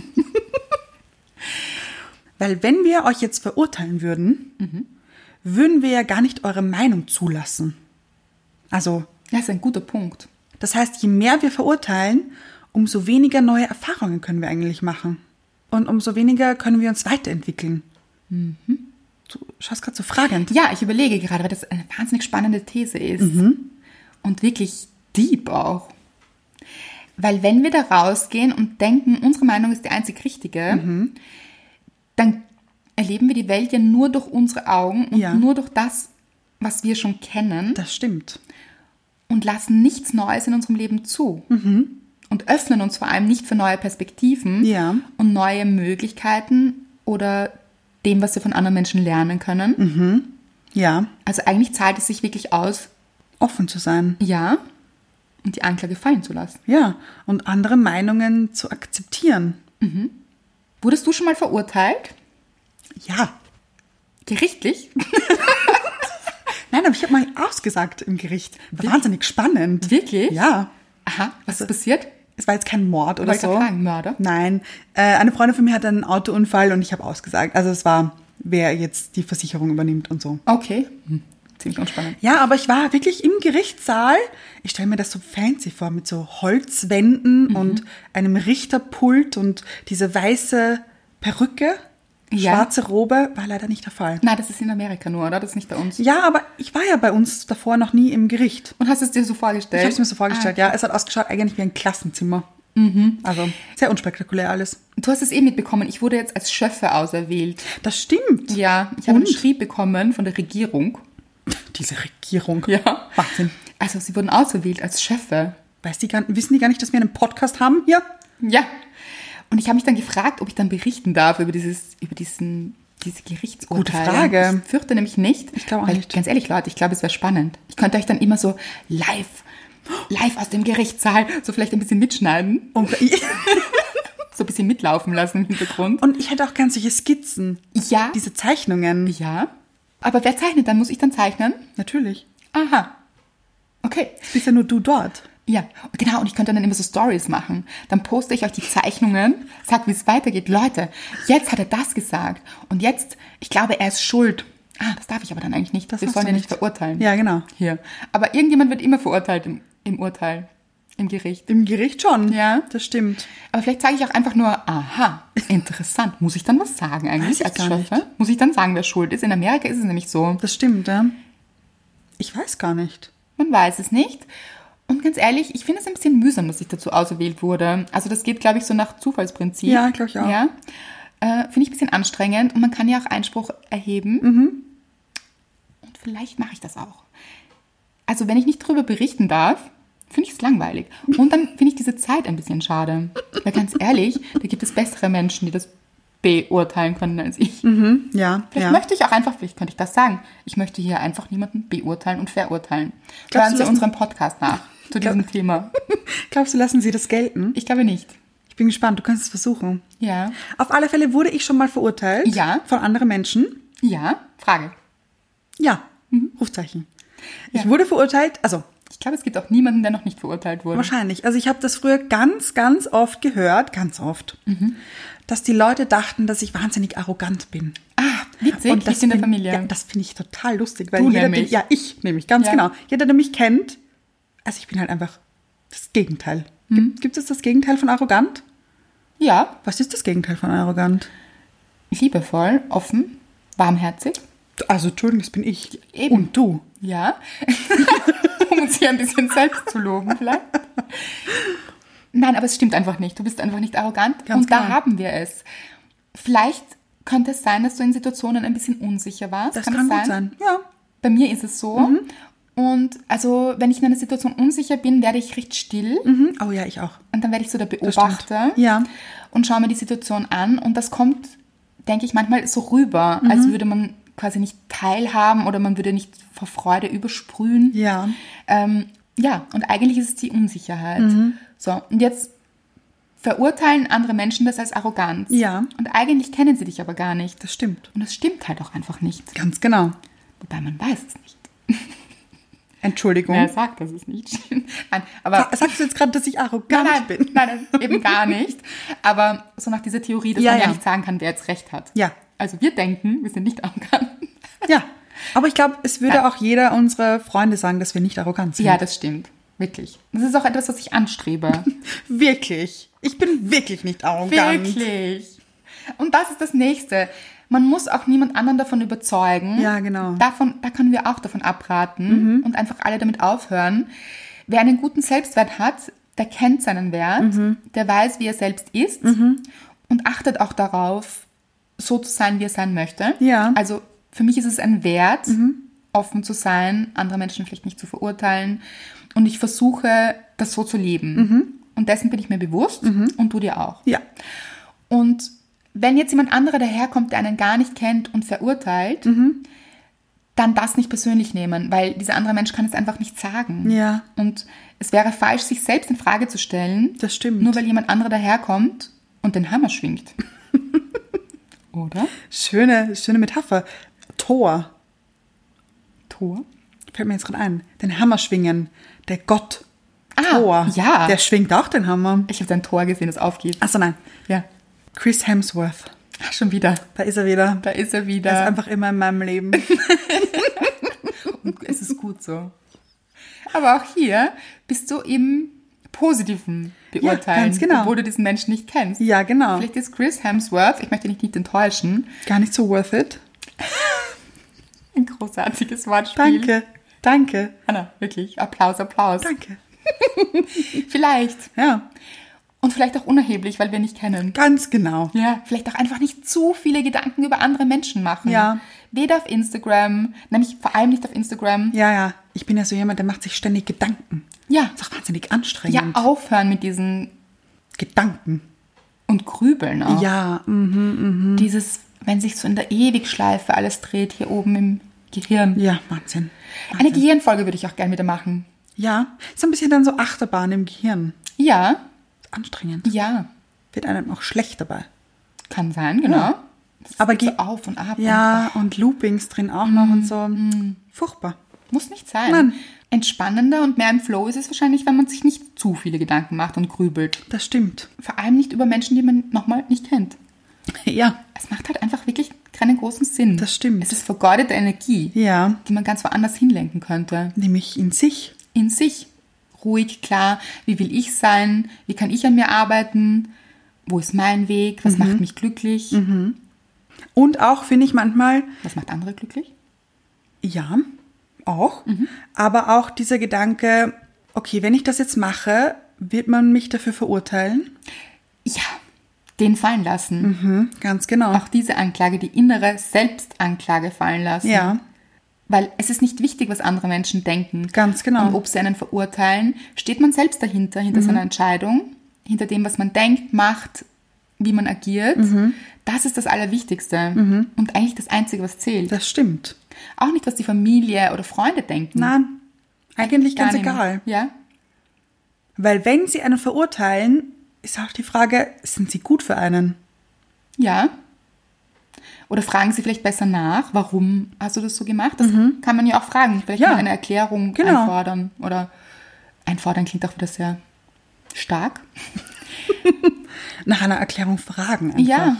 Weil wenn wir euch jetzt verurteilen würden, würden wir ja gar nicht eure Meinung zulassen. Also,
Das ist ein guter Punkt.
das heißt, je mehr wir verurteilen, umso weniger neue Erfahrungen können wir eigentlich machen. Und umso weniger können wir uns weiterentwickeln. Du schaust gerade so fragend.
Ja, ich überlege gerade, weil das eine wahnsinnig spannende These ist.
Mhm.
Und wirklich deep auch. Weil wenn wir da rausgehen und denken, unsere Meinung ist die einzig richtige,
Mhm.
dann erleben wir die Welt ja nur durch unsere Augen und
Ja.
nur durch das, was wir schon kennen
Das stimmt.
und lassen nichts Neues in unserem Leben zu. Und öffnen uns vor allem nicht für neue Perspektiven
Mhm. Ja.
und neue Möglichkeiten oder dem, was wir von anderen Menschen lernen können.
Mhm. Ja,
Also eigentlich zahlt es sich wirklich aus,
offen zu sein.
ja, und die Anklage fallen zu lassen.
Ja, und andere Meinungen zu akzeptieren.
Wurdest du schon mal verurteilt?
Ja.
Gerichtlich?
Nein, aber ich habe mal ausgesagt im Gericht. War wahnsinnig spannend.
Wirklich?
Ja.
Aha, was ist passiert?
Es war jetzt kein Mord Also, oder
Wollte
so.
ich grad fragen, Mörder?
Nein. Äh, eine Freundin von mir hatte einen Autounfall und ich habe ausgesagt. Also es war, wer jetzt die Versicherung übernimmt und so.
Okay. Hm. Ziemlich unspannend.
Ja, aber ich war wirklich im Gerichtssaal. Ich stelle mir das so fancy vor, mit so Holzwänden
Mhm.
und einem Richterpult und diese weiße Perücke,
Ja.
schwarze Robe, war leider nicht der Fall.
Na, das ist in Amerika nur, oder? Das ist nicht bei uns.
Ja, aber ich war ja bei uns davor noch nie im Gericht.
Und hast es dir so
Ich
vorgestellt?
habe es mir so vorgestellt,
Ah.
ja. Es hat ausgeschaut eigentlich wie ein Klassenzimmer.
Mhm.
Also sehr unspektakulär alles.
Du hast es eh mitbekommen. Ich wurde jetzt als Schöffe auserwählt.
Das stimmt.
Ja, ich habe
Und?
einen Schrieb bekommen von der Regierung.
Diese Regierung.
Ja.
Wahnsinn.
Also sie wurden auserwählt als Schöffe.
Weiß die gar, wissen die gar nicht, dass wir einen Podcast haben hier?
Ja. Und ich habe mich dann gefragt, ob ich dann berichten darf über dieses, über diesen, diese Gerichtsurteile.
Gute Frage.
Ich fürchte nämlich nicht. Ich
glaube auch nicht.
Ganz ehrlich, Leute, ich glaube, es wäre spannend. Ich könnte euch dann immer so live, live aus dem Gerichtssaal, so vielleicht ein bisschen mitschneiden,
Und,
so ein bisschen mitlaufen lassen im Hintergrund.
und ich hätte auch gern solche Skizzen.
Ja.
Diese Zeichnungen.
Ja. Aber wer zeichnet dann? Muss ich dann zeichnen?
Natürlich.
Aha. Okay.
Es bist ja nur du dort.
Ja, und genau. Und ich könnte dann immer so Stories machen. Dann poste ich euch die Zeichnungen, sag, wie es weitergeht. Leute, jetzt hat er das gesagt. Und jetzt, ich glaube, er ist schuld. Ah, das darf ich aber dann eigentlich nicht.
Das
Wir
darfst
sollen
du
ja nicht
nicht.
verurteilen.
Ja, genau.
Hier. Aber irgendjemand wird immer verurteilt im, im Urteil, im Gericht.
Im Gericht schon.
Ja.
Das stimmt.
Aber vielleicht sage ich auch einfach nur, aha, interessant. Muss ich dann was sagen
Weiß
eigentlich
ich
als
gar nicht.
Schöffe? Muss ich dann sagen, wer schuld ist? In Amerika ist es nämlich so.
Das stimmt, ja. Ich weiß gar nicht.
Man weiß es nicht. Und ganz ehrlich, ich finde es ein bisschen mühsam, dass ich dazu auserwählt wurde. Also das geht, glaube ich, so nach Zufallsprinzip.
Ja, glaub ich auch.
Ja. Äh, Finde ich ein bisschen anstrengend und man kann ja auch Einspruch erheben.
Mhm.
Und vielleicht mache ich das auch. Also wenn ich nicht darüber berichten darf, finde ich es langweilig. Und dann finde ich diese Zeit ein bisschen schade. Weil ganz ehrlich, da gibt es bessere Menschen, die das beurteilen können als ich.
Ja,
Hm? Vielleicht
ja.
möchte ich auch einfach, vielleicht könnte ich das sagen, ich möchte hier einfach niemanden beurteilen und verurteilen.
Glaubst
Hören
du,
Sie
dass-
unseren Podcast nach zu diesem Thema.
Glaubst du, lassen sie das gelten?
Ich glaube nicht.
Ich bin gespannt, du kannst es versuchen.
Ja.
Auf alle Fälle wurde ich schon mal verurteilt.
Ja.
Von anderen Menschen.
Ja, Frage.
Ja. Rufzeichen. Ich wurde verurteilt, also
Ich glaube, es gibt auch niemanden, der noch nicht verurteilt wurde.
wahrscheinlich. Also ich habe das früher ganz, ganz oft gehört, ganz oft, dass die Leute dachten, dass ich wahnsinnig arrogant bin.
Ah, witzig,
Und
liegt in der
find-
Familie.
Ja, das finde ich total lustig, weil
Du
jeder,
nämlich.
Den, ja, ich nämlich, ganz
Ja.
genau. Jeder, der mich kennt, also ich bin halt einfach das Gegenteil.
Mhm.
Gibt- Gibt es das Gegenteil von arrogant?
ja,
Was ist das Gegenteil von arrogant?
liebevoll, offen, warmherzig.
Also, Entschuldigung, das bin ich.
Eben.
Und du.
Ja. um uns hier ein bisschen selbst zu loben, vielleicht. Nein, aber es stimmt einfach nicht. Du bist einfach nicht arrogant.
Ganz
und da
genau.
haben wir es. Vielleicht könnte es sein, dass du in Situationen ein bisschen unsicher warst.
Das
es
kann, gut sein. Mhm. Ja.
Bei mir ist es so. Und also, wenn ich in einer Situation unsicher bin, werde ich recht still
Mhm. Oh ja, ich auch.
und dann werde ich so der
stimmt.
Beobachter
Ja.
und schaue mir die Situation an. Und das kommt, denke ich, manchmal so rüber,
Mhm.
als würde man quasi nicht teilhaben oder man würde nicht vor Freude übersprühen.
Ja.
Ähm, ja, und eigentlich ist es die Unsicherheit. So, und jetzt verurteilen andere Menschen das als Arroganz.
Ja.
Und eigentlich kennen sie dich aber gar nicht.
Das stimmt.
Und das stimmt halt auch einfach nicht.
Ganz genau.
Wobei man weiß es nicht.
Entschuldigung.
Wer sagt, dass es nicht stimmt? Nein, aber
Sa- Sagst du jetzt gerade, dass ich arrogant
nein, nein,
also bin?
Nein, das- eben gar nicht. Aber so nach dieser Theorie, dass
Ja,
man ja,
ja.
nicht sagen kann, wer jetzt recht hat.
Ja.
Also wir denken, wir sind nicht arrogant.
Ja. Aber ich glaube, es würde auch jeder unserer Freunde sagen, dass wir nicht arrogant sind.
Ja, das stimmt. Wirklich. Das ist auch etwas, was ich anstrebe.
Wirklich. Ich bin wirklich nicht arrogant.
Wirklich. Und das ist das Nächste. Man muss auch niemand anderen davon überzeugen.
Ja, genau. Mhm.
Davon, da können wir auch davon abraten und einfach alle damit aufhören. Wer einen guten Selbstwert hat, der kennt seinen Wert,
Mhm.
der weiß, wie er selbst ist und achtet auch darauf, so zu sein, wie er sein möchte.
Ja. Mhm.
Also für mich ist es ein Wert, offen zu sein, andere Menschen vielleicht nicht zu verurteilen. Und ich versuche, das so zu leben.
Mhm.
Und dessen bin ich mir bewusst und du dir auch.
Ja.
Und wenn jetzt jemand anderer daherkommt, der einen gar nicht kennt und verurteilt,
Mhm.
dann das nicht persönlich nehmen, weil dieser andere Mensch kann es einfach nicht sagen.
Ja.
Und es wäre falsch, sich selbst in Frage zu stellen,
Das stimmt.
nur weil jemand anderer daherkommt und den Hammer schwingt. Oder?
Schöne, schöne Metapher. Tor.
Tor?
Fällt mir jetzt gerade ein. Den Hammer schwingen. Der Gott.
Ah,
Tor.
ja.
Der schwingt auch den Hammer.
Ich habe sein Tor gesehen, das aufgeht.
Achso, nein.
Ja.
Chris Hemsworth.
Ah, Schon wieder.
Da ist er wieder.
Da ist er wieder.
Er ist einfach immer in meinem Leben.
Und es ist gut so. Aber auch hier bist du im positiven Beurteilen,
ganz genau.
obwohl du diesen Menschen nicht kennst.
Ja, genau.
Vielleicht ist Chris Hemsworth, ich möchte dich nicht enttäuschen,
Gar nicht so worth it.
ein großartiges Wortspiel.
Danke. Danke.
Anna, wirklich, Applaus, Applaus.
Mhm. Danke.
Vielleicht.
Ja,
Und vielleicht auch unerheblich, weil wir nicht kennen.
ganz genau.
Ja, vielleicht auch einfach nicht zu viele Gedanken über andere Menschen machen.
Ja.
Weder auf Instagram, nämlich vor allem nicht auf Instagram.
Ja, ja. Ich bin ja so jemand, der macht sich ständig Gedanken.
Ja,
Das ist auch wahnsinnig
ja
anstrengend.
aufhören mit diesen
Gedanken.
und grübeln auch.
Ja, mhm.
dieses, wenn sich so in der Ewigschleife alles dreht, hier oben im Gehirn.
ja, Wahnsinn.
Eine Gehirnfolge würde ich auch gerne wieder machen.
Ja, ist ein bisschen dann so Achterbahn im Gehirn.
Ja,
Anstrengend.
ja,
Wird einem auch schlecht dabei.
kann sein, genau. Das
Aber
geht so
geh-
auf und ab.
Ja, Mhm. und Loopings drin auch noch und so. Furchtbar.
Und muss nicht sein.
Nein.
Entspannender und mehr im Flow ist es wahrscheinlich, wenn man sich nicht zu viele Gedanken macht und grübelt.
Das stimmt.
Vor allem nicht über Menschen, die man nochmal nicht kennt.
Ja.
Es macht halt einfach wirklich keinen großen Sinn.
Das stimmt.
Es ist vergeudete Energie,
Ja,
die man ganz woanders hinlenken könnte.
nämlich in sich.
in sich. Ruhig, klar, wie will ich sein, wie kann ich an mir arbeiten, wo ist mein Weg,
Mhm.
was macht mich glücklich,
Und auch, finde ich manchmal,
was macht andere glücklich.
Ja, auch. Aber auch dieser Gedanke, okay, wenn ich das jetzt mache, wird man mich dafür verurteilen?
Ja, den fallen lassen.
Mhm, ganz genau.
Auch diese Anklage, die innere Selbstanklage fallen lassen.
ja,
Weil es ist nicht wichtig, was andere Menschen denken.
Ganz genau. Mhm.
Und ob sie einen verurteilen, steht man selbst dahinter, hinter seiner Entscheidung, hinter dem, was man denkt, macht, wie man agiert.
Mhm.
Das ist das Allerwichtigste. Und eigentlich das Einzige, was zählt.
das stimmt.
Auch nicht, was die Familie oder Freunde denken.
Nein, eigentlich
Gar
ganz
nicht mehr.
egal.
Ja,
Weil wenn sie einen verurteilen, ist auch die Frage, sind sie gut für einen?
ja. Oder fragen Sie vielleicht besser nach, warum hast du das so gemacht? Das kann man ja auch fragen. Vielleicht
Mhm. Ja.
mal eine Erklärung
Genau.
einfordern. Oder einfordern klingt auch wieder sehr stark.
Nach einer Erklärung fragen. Einfach.
Ja.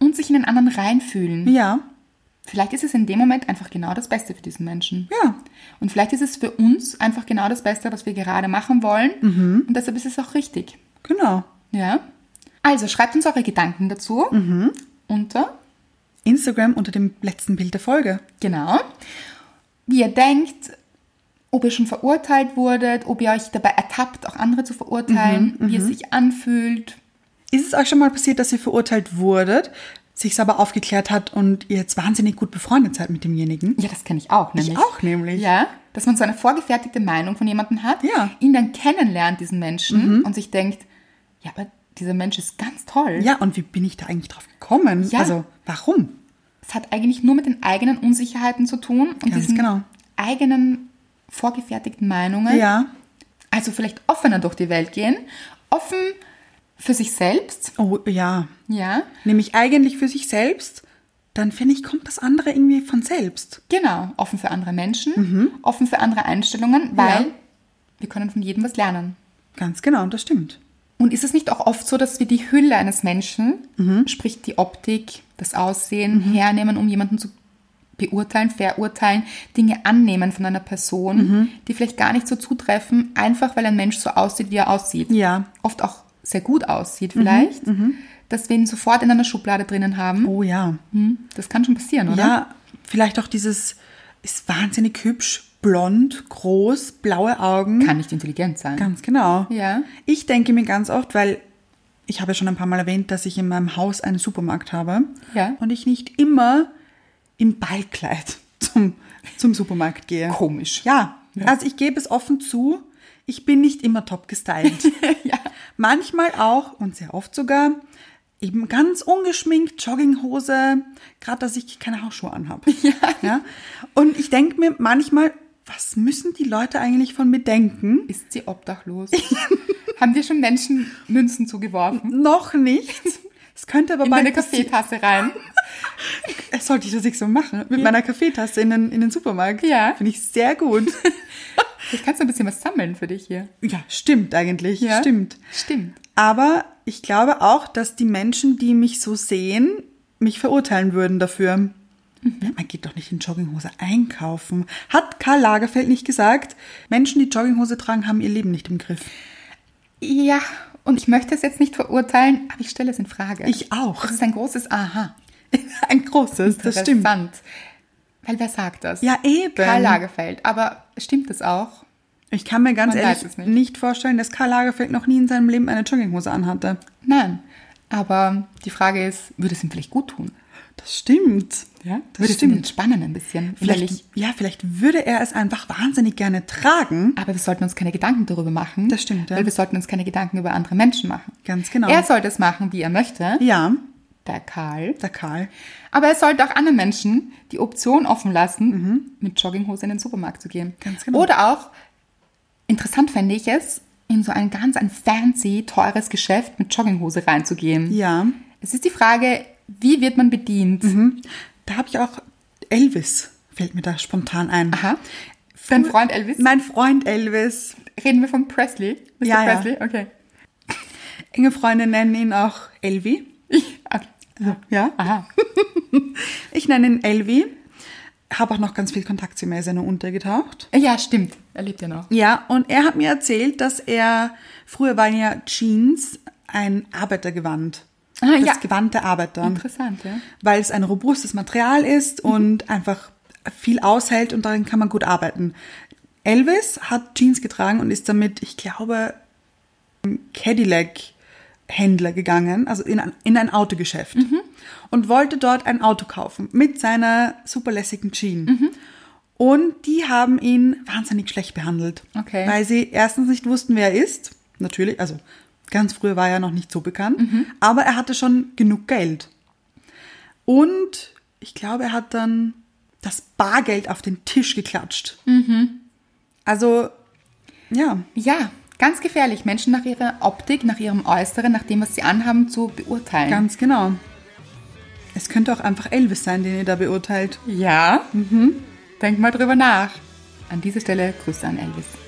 Und sich in den anderen reinfühlen.
Ja.
Vielleicht ist es in dem Moment einfach genau das Beste für diesen Menschen.
Ja.
Und vielleicht ist es für uns einfach genau das Beste, was wir gerade machen wollen.
Mhm.
Und deshalb ist es auch richtig.
Genau.
Ja. Also schreibt uns eure Gedanken dazu.
Mhm.
Unter.
Instagram unter dem letzten Bild der Folge.
Genau. Wie ihr denkt, ob ihr schon verurteilt wurdet, ob ihr euch dabei ertappt, auch andere zu verurteilen,
Mhm,
wie es sich anfühlt.
Ist es euch schon mal passiert, dass ihr verurteilt wurdet, sich's aber aufgeklärt hat und ihr jetzt wahnsinnig gut befreundet seid mit demjenigen?
Ja, das kenne ich auch. Nämlich.
auch nämlich.
Ja, dass man so eine vorgefertigte Meinung von jemandem hat,
Ja. Mhm.
ihn dann kennenlernt, diesen Menschen, und sich denkt, ja, aber dieser Mensch ist ganz toll.
Ja, und wie bin ich da eigentlich drauf gekommen?
Ja.
Also, warum?
Es hat eigentlich nur mit den eigenen Unsicherheiten zu tun und
Ganz
diesen
genau.
eigenen vorgefertigten Meinungen.
Ja.
Also vielleicht offener durch die Welt gehen, offen für sich selbst,
Oh, ja.
ja,
Nämlich eigentlich für sich selbst, dann finde ich, kommt das andere irgendwie von selbst.
genau, offen für andere Menschen, offen für andere Einstellungen, weil
Ja.
wir können von jedem was lernen.
Ganz genau, das stimmt.
Und ist es nicht auch oft so, dass wir die Hülle eines Menschen,
Mhm.
sprich die Optik, das Aussehen, hernehmen, um jemanden zu beurteilen, verurteilen, Dinge annehmen von einer Person,
Mhm.
die vielleicht gar nicht so zutreffen, einfach weil ein Mensch so aussieht, wie er aussieht.
Ja. Mhm.
Oft auch sehr gut aussieht vielleicht, dass wir ihn sofort in einer Schublade drinnen haben.
Oh ja.
Mhm. Das kann schon passieren, oder?
Ja, vielleicht auch dieses, ist wahnsinnig hübsch, blond, groß, blaue Augen.
Kann nicht intelligent sein.
Ganz genau.
Ja.
Ich denke mir ganz oft, weil ich habe ja schon ein paar Mal erwähnt, dass ich in meinem Haus einen Supermarkt habe.
Ja.
Und ich nicht immer im Ballkleid zum, zum Supermarkt gehe.
Komisch.
Ja. Also ich gebe es offen zu, ich bin nicht immer top gestylt.
Ja.
Manchmal auch und sehr oft sogar eben ganz ungeschminkt, Jogginghose, gerade dass ich keine Hausschuhe anhabe. Ja. ja. Und ich denke mir manchmal, was müssen die Leute eigentlich von mir denken?
Ist sie obdachlos? Haben wir schon Menschen Münzen zugeworfen?
Noch nicht. Es könnte aber
In
mal
deine
passieren.
Kaffeetasse rein.
Es Sollte ich das nicht so machen? Mit meiner Kaffeetasse in den, in den Supermarkt.
Ja.
Finde ich sehr gut.
Ich kannst du ein bisschen was sammeln für dich hier.
ja, stimmt eigentlich.
Ja?
Stimmt.
Stimmt.
Aber ich glaube auch, dass die Menschen, die mich so sehen, mich verurteilen würden dafür.
Mhm.
Man geht doch nicht in Jogginghose einkaufen. Hat Karl Lagerfeld nicht gesagt, Menschen, die Jogginghose tragen, haben ihr Leben nicht im Griff.
Ja, und ich möchte es jetzt nicht verurteilen, aber ich stelle es in Frage.
Ich auch.
Das ist ein großes Aha.
Ein großes, das stimmt.
Interessant. Weil wer sagt das?
Ja, eben.
Karl Lagerfeld. Aber stimmt es auch?
Ich kann mir ganz
Man weiß
ehrlich
es
nicht.
nicht.
vorstellen, dass Karl Lagerfeld noch nie in seinem Leben eine Jogginghose anhatte.
Nein. Aber die Frage ist, würde es ihm vielleicht gut tun?
Das stimmt. das
würde es ihm
stimmt.
entspannen ein bisschen? Vielleicht.
Vielleicht, ja, vielleicht würde er es einfach wahnsinnig gerne tragen.
Aber wir sollten uns keine Gedanken darüber machen.
Das stimmt, ja.
Weil wir sollten uns keine Gedanken über andere Menschen machen.
Ganz genau.
Er sollte es machen, wie er möchte.
Ja,
Der Karl.
der Karl.
Aber es sollte auch anderen Menschen die Option offen lassen, mit Jogginghose in den Supermarkt zu gehen.
Mhm. Ganz genau.
Oder auch, interessant fände ich es, in so ein ganz ein fancy, teures Geschäft mit Jogginghose reinzugehen.
Ja.
Es ist die Frage, wie wird man bedient?
Mhm. Da habe ich auch Elvis, fällt mir da spontan ein.
Aha. Dein Freund Elvis?
Mein Freund Elvis.
Reden wir von Presley? Mr.
Ja, ja.
Presley? Okay.
Enge Freunde nennen ihn auch Elvi.
okay.
Ja.
ah. Aha.
Ich nenne ihn Elvi. Habe auch noch ganz viel Kontakt zu ihm, er ist ja nur untergetaucht.
Äh, Ja, stimmt. Er lebt ja noch.
Ja, und er hat mir erzählt, dass er, früher waren ja Jeans ein Arbeitergewand.
Ah,
das
ja.
Gewand der Arbeiter.
Interessant, ja.
Weil es ein robustes Material ist und einfach viel aushält und darin kann man gut arbeiten. Elvis hat Jeans getragen und ist damit, ich glaube, im Cadillac Händler gegangen, also in ein, in ein Autogeschäft und wollte dort ein Auto kaufen mit seiner superlässigen Jean. Und die haben ihn wahnsinnig schlecht behandelt,
Okay.
weil sie erstens nicht wussten, wer er ist. Natürlich, also ganz früher war er noch nicht so bekannt, aber er hatte schon genug Geld. Und ich glaube, er hat dann das Bargeld auf den Tisch geklatscht. Also, ja.
Ja, ganz gefährlich, Menschen nach ihrer Optik, nach ihrem Äußeren, nach dem, was sie anhaben, zu beurteilen.
Ganz genau. Es könnte auch einfach Elvis sein, den ihr da beurteilt.
ja, mhm. denk mal drüber nach. An dieser Stelle Grüße an Elvis.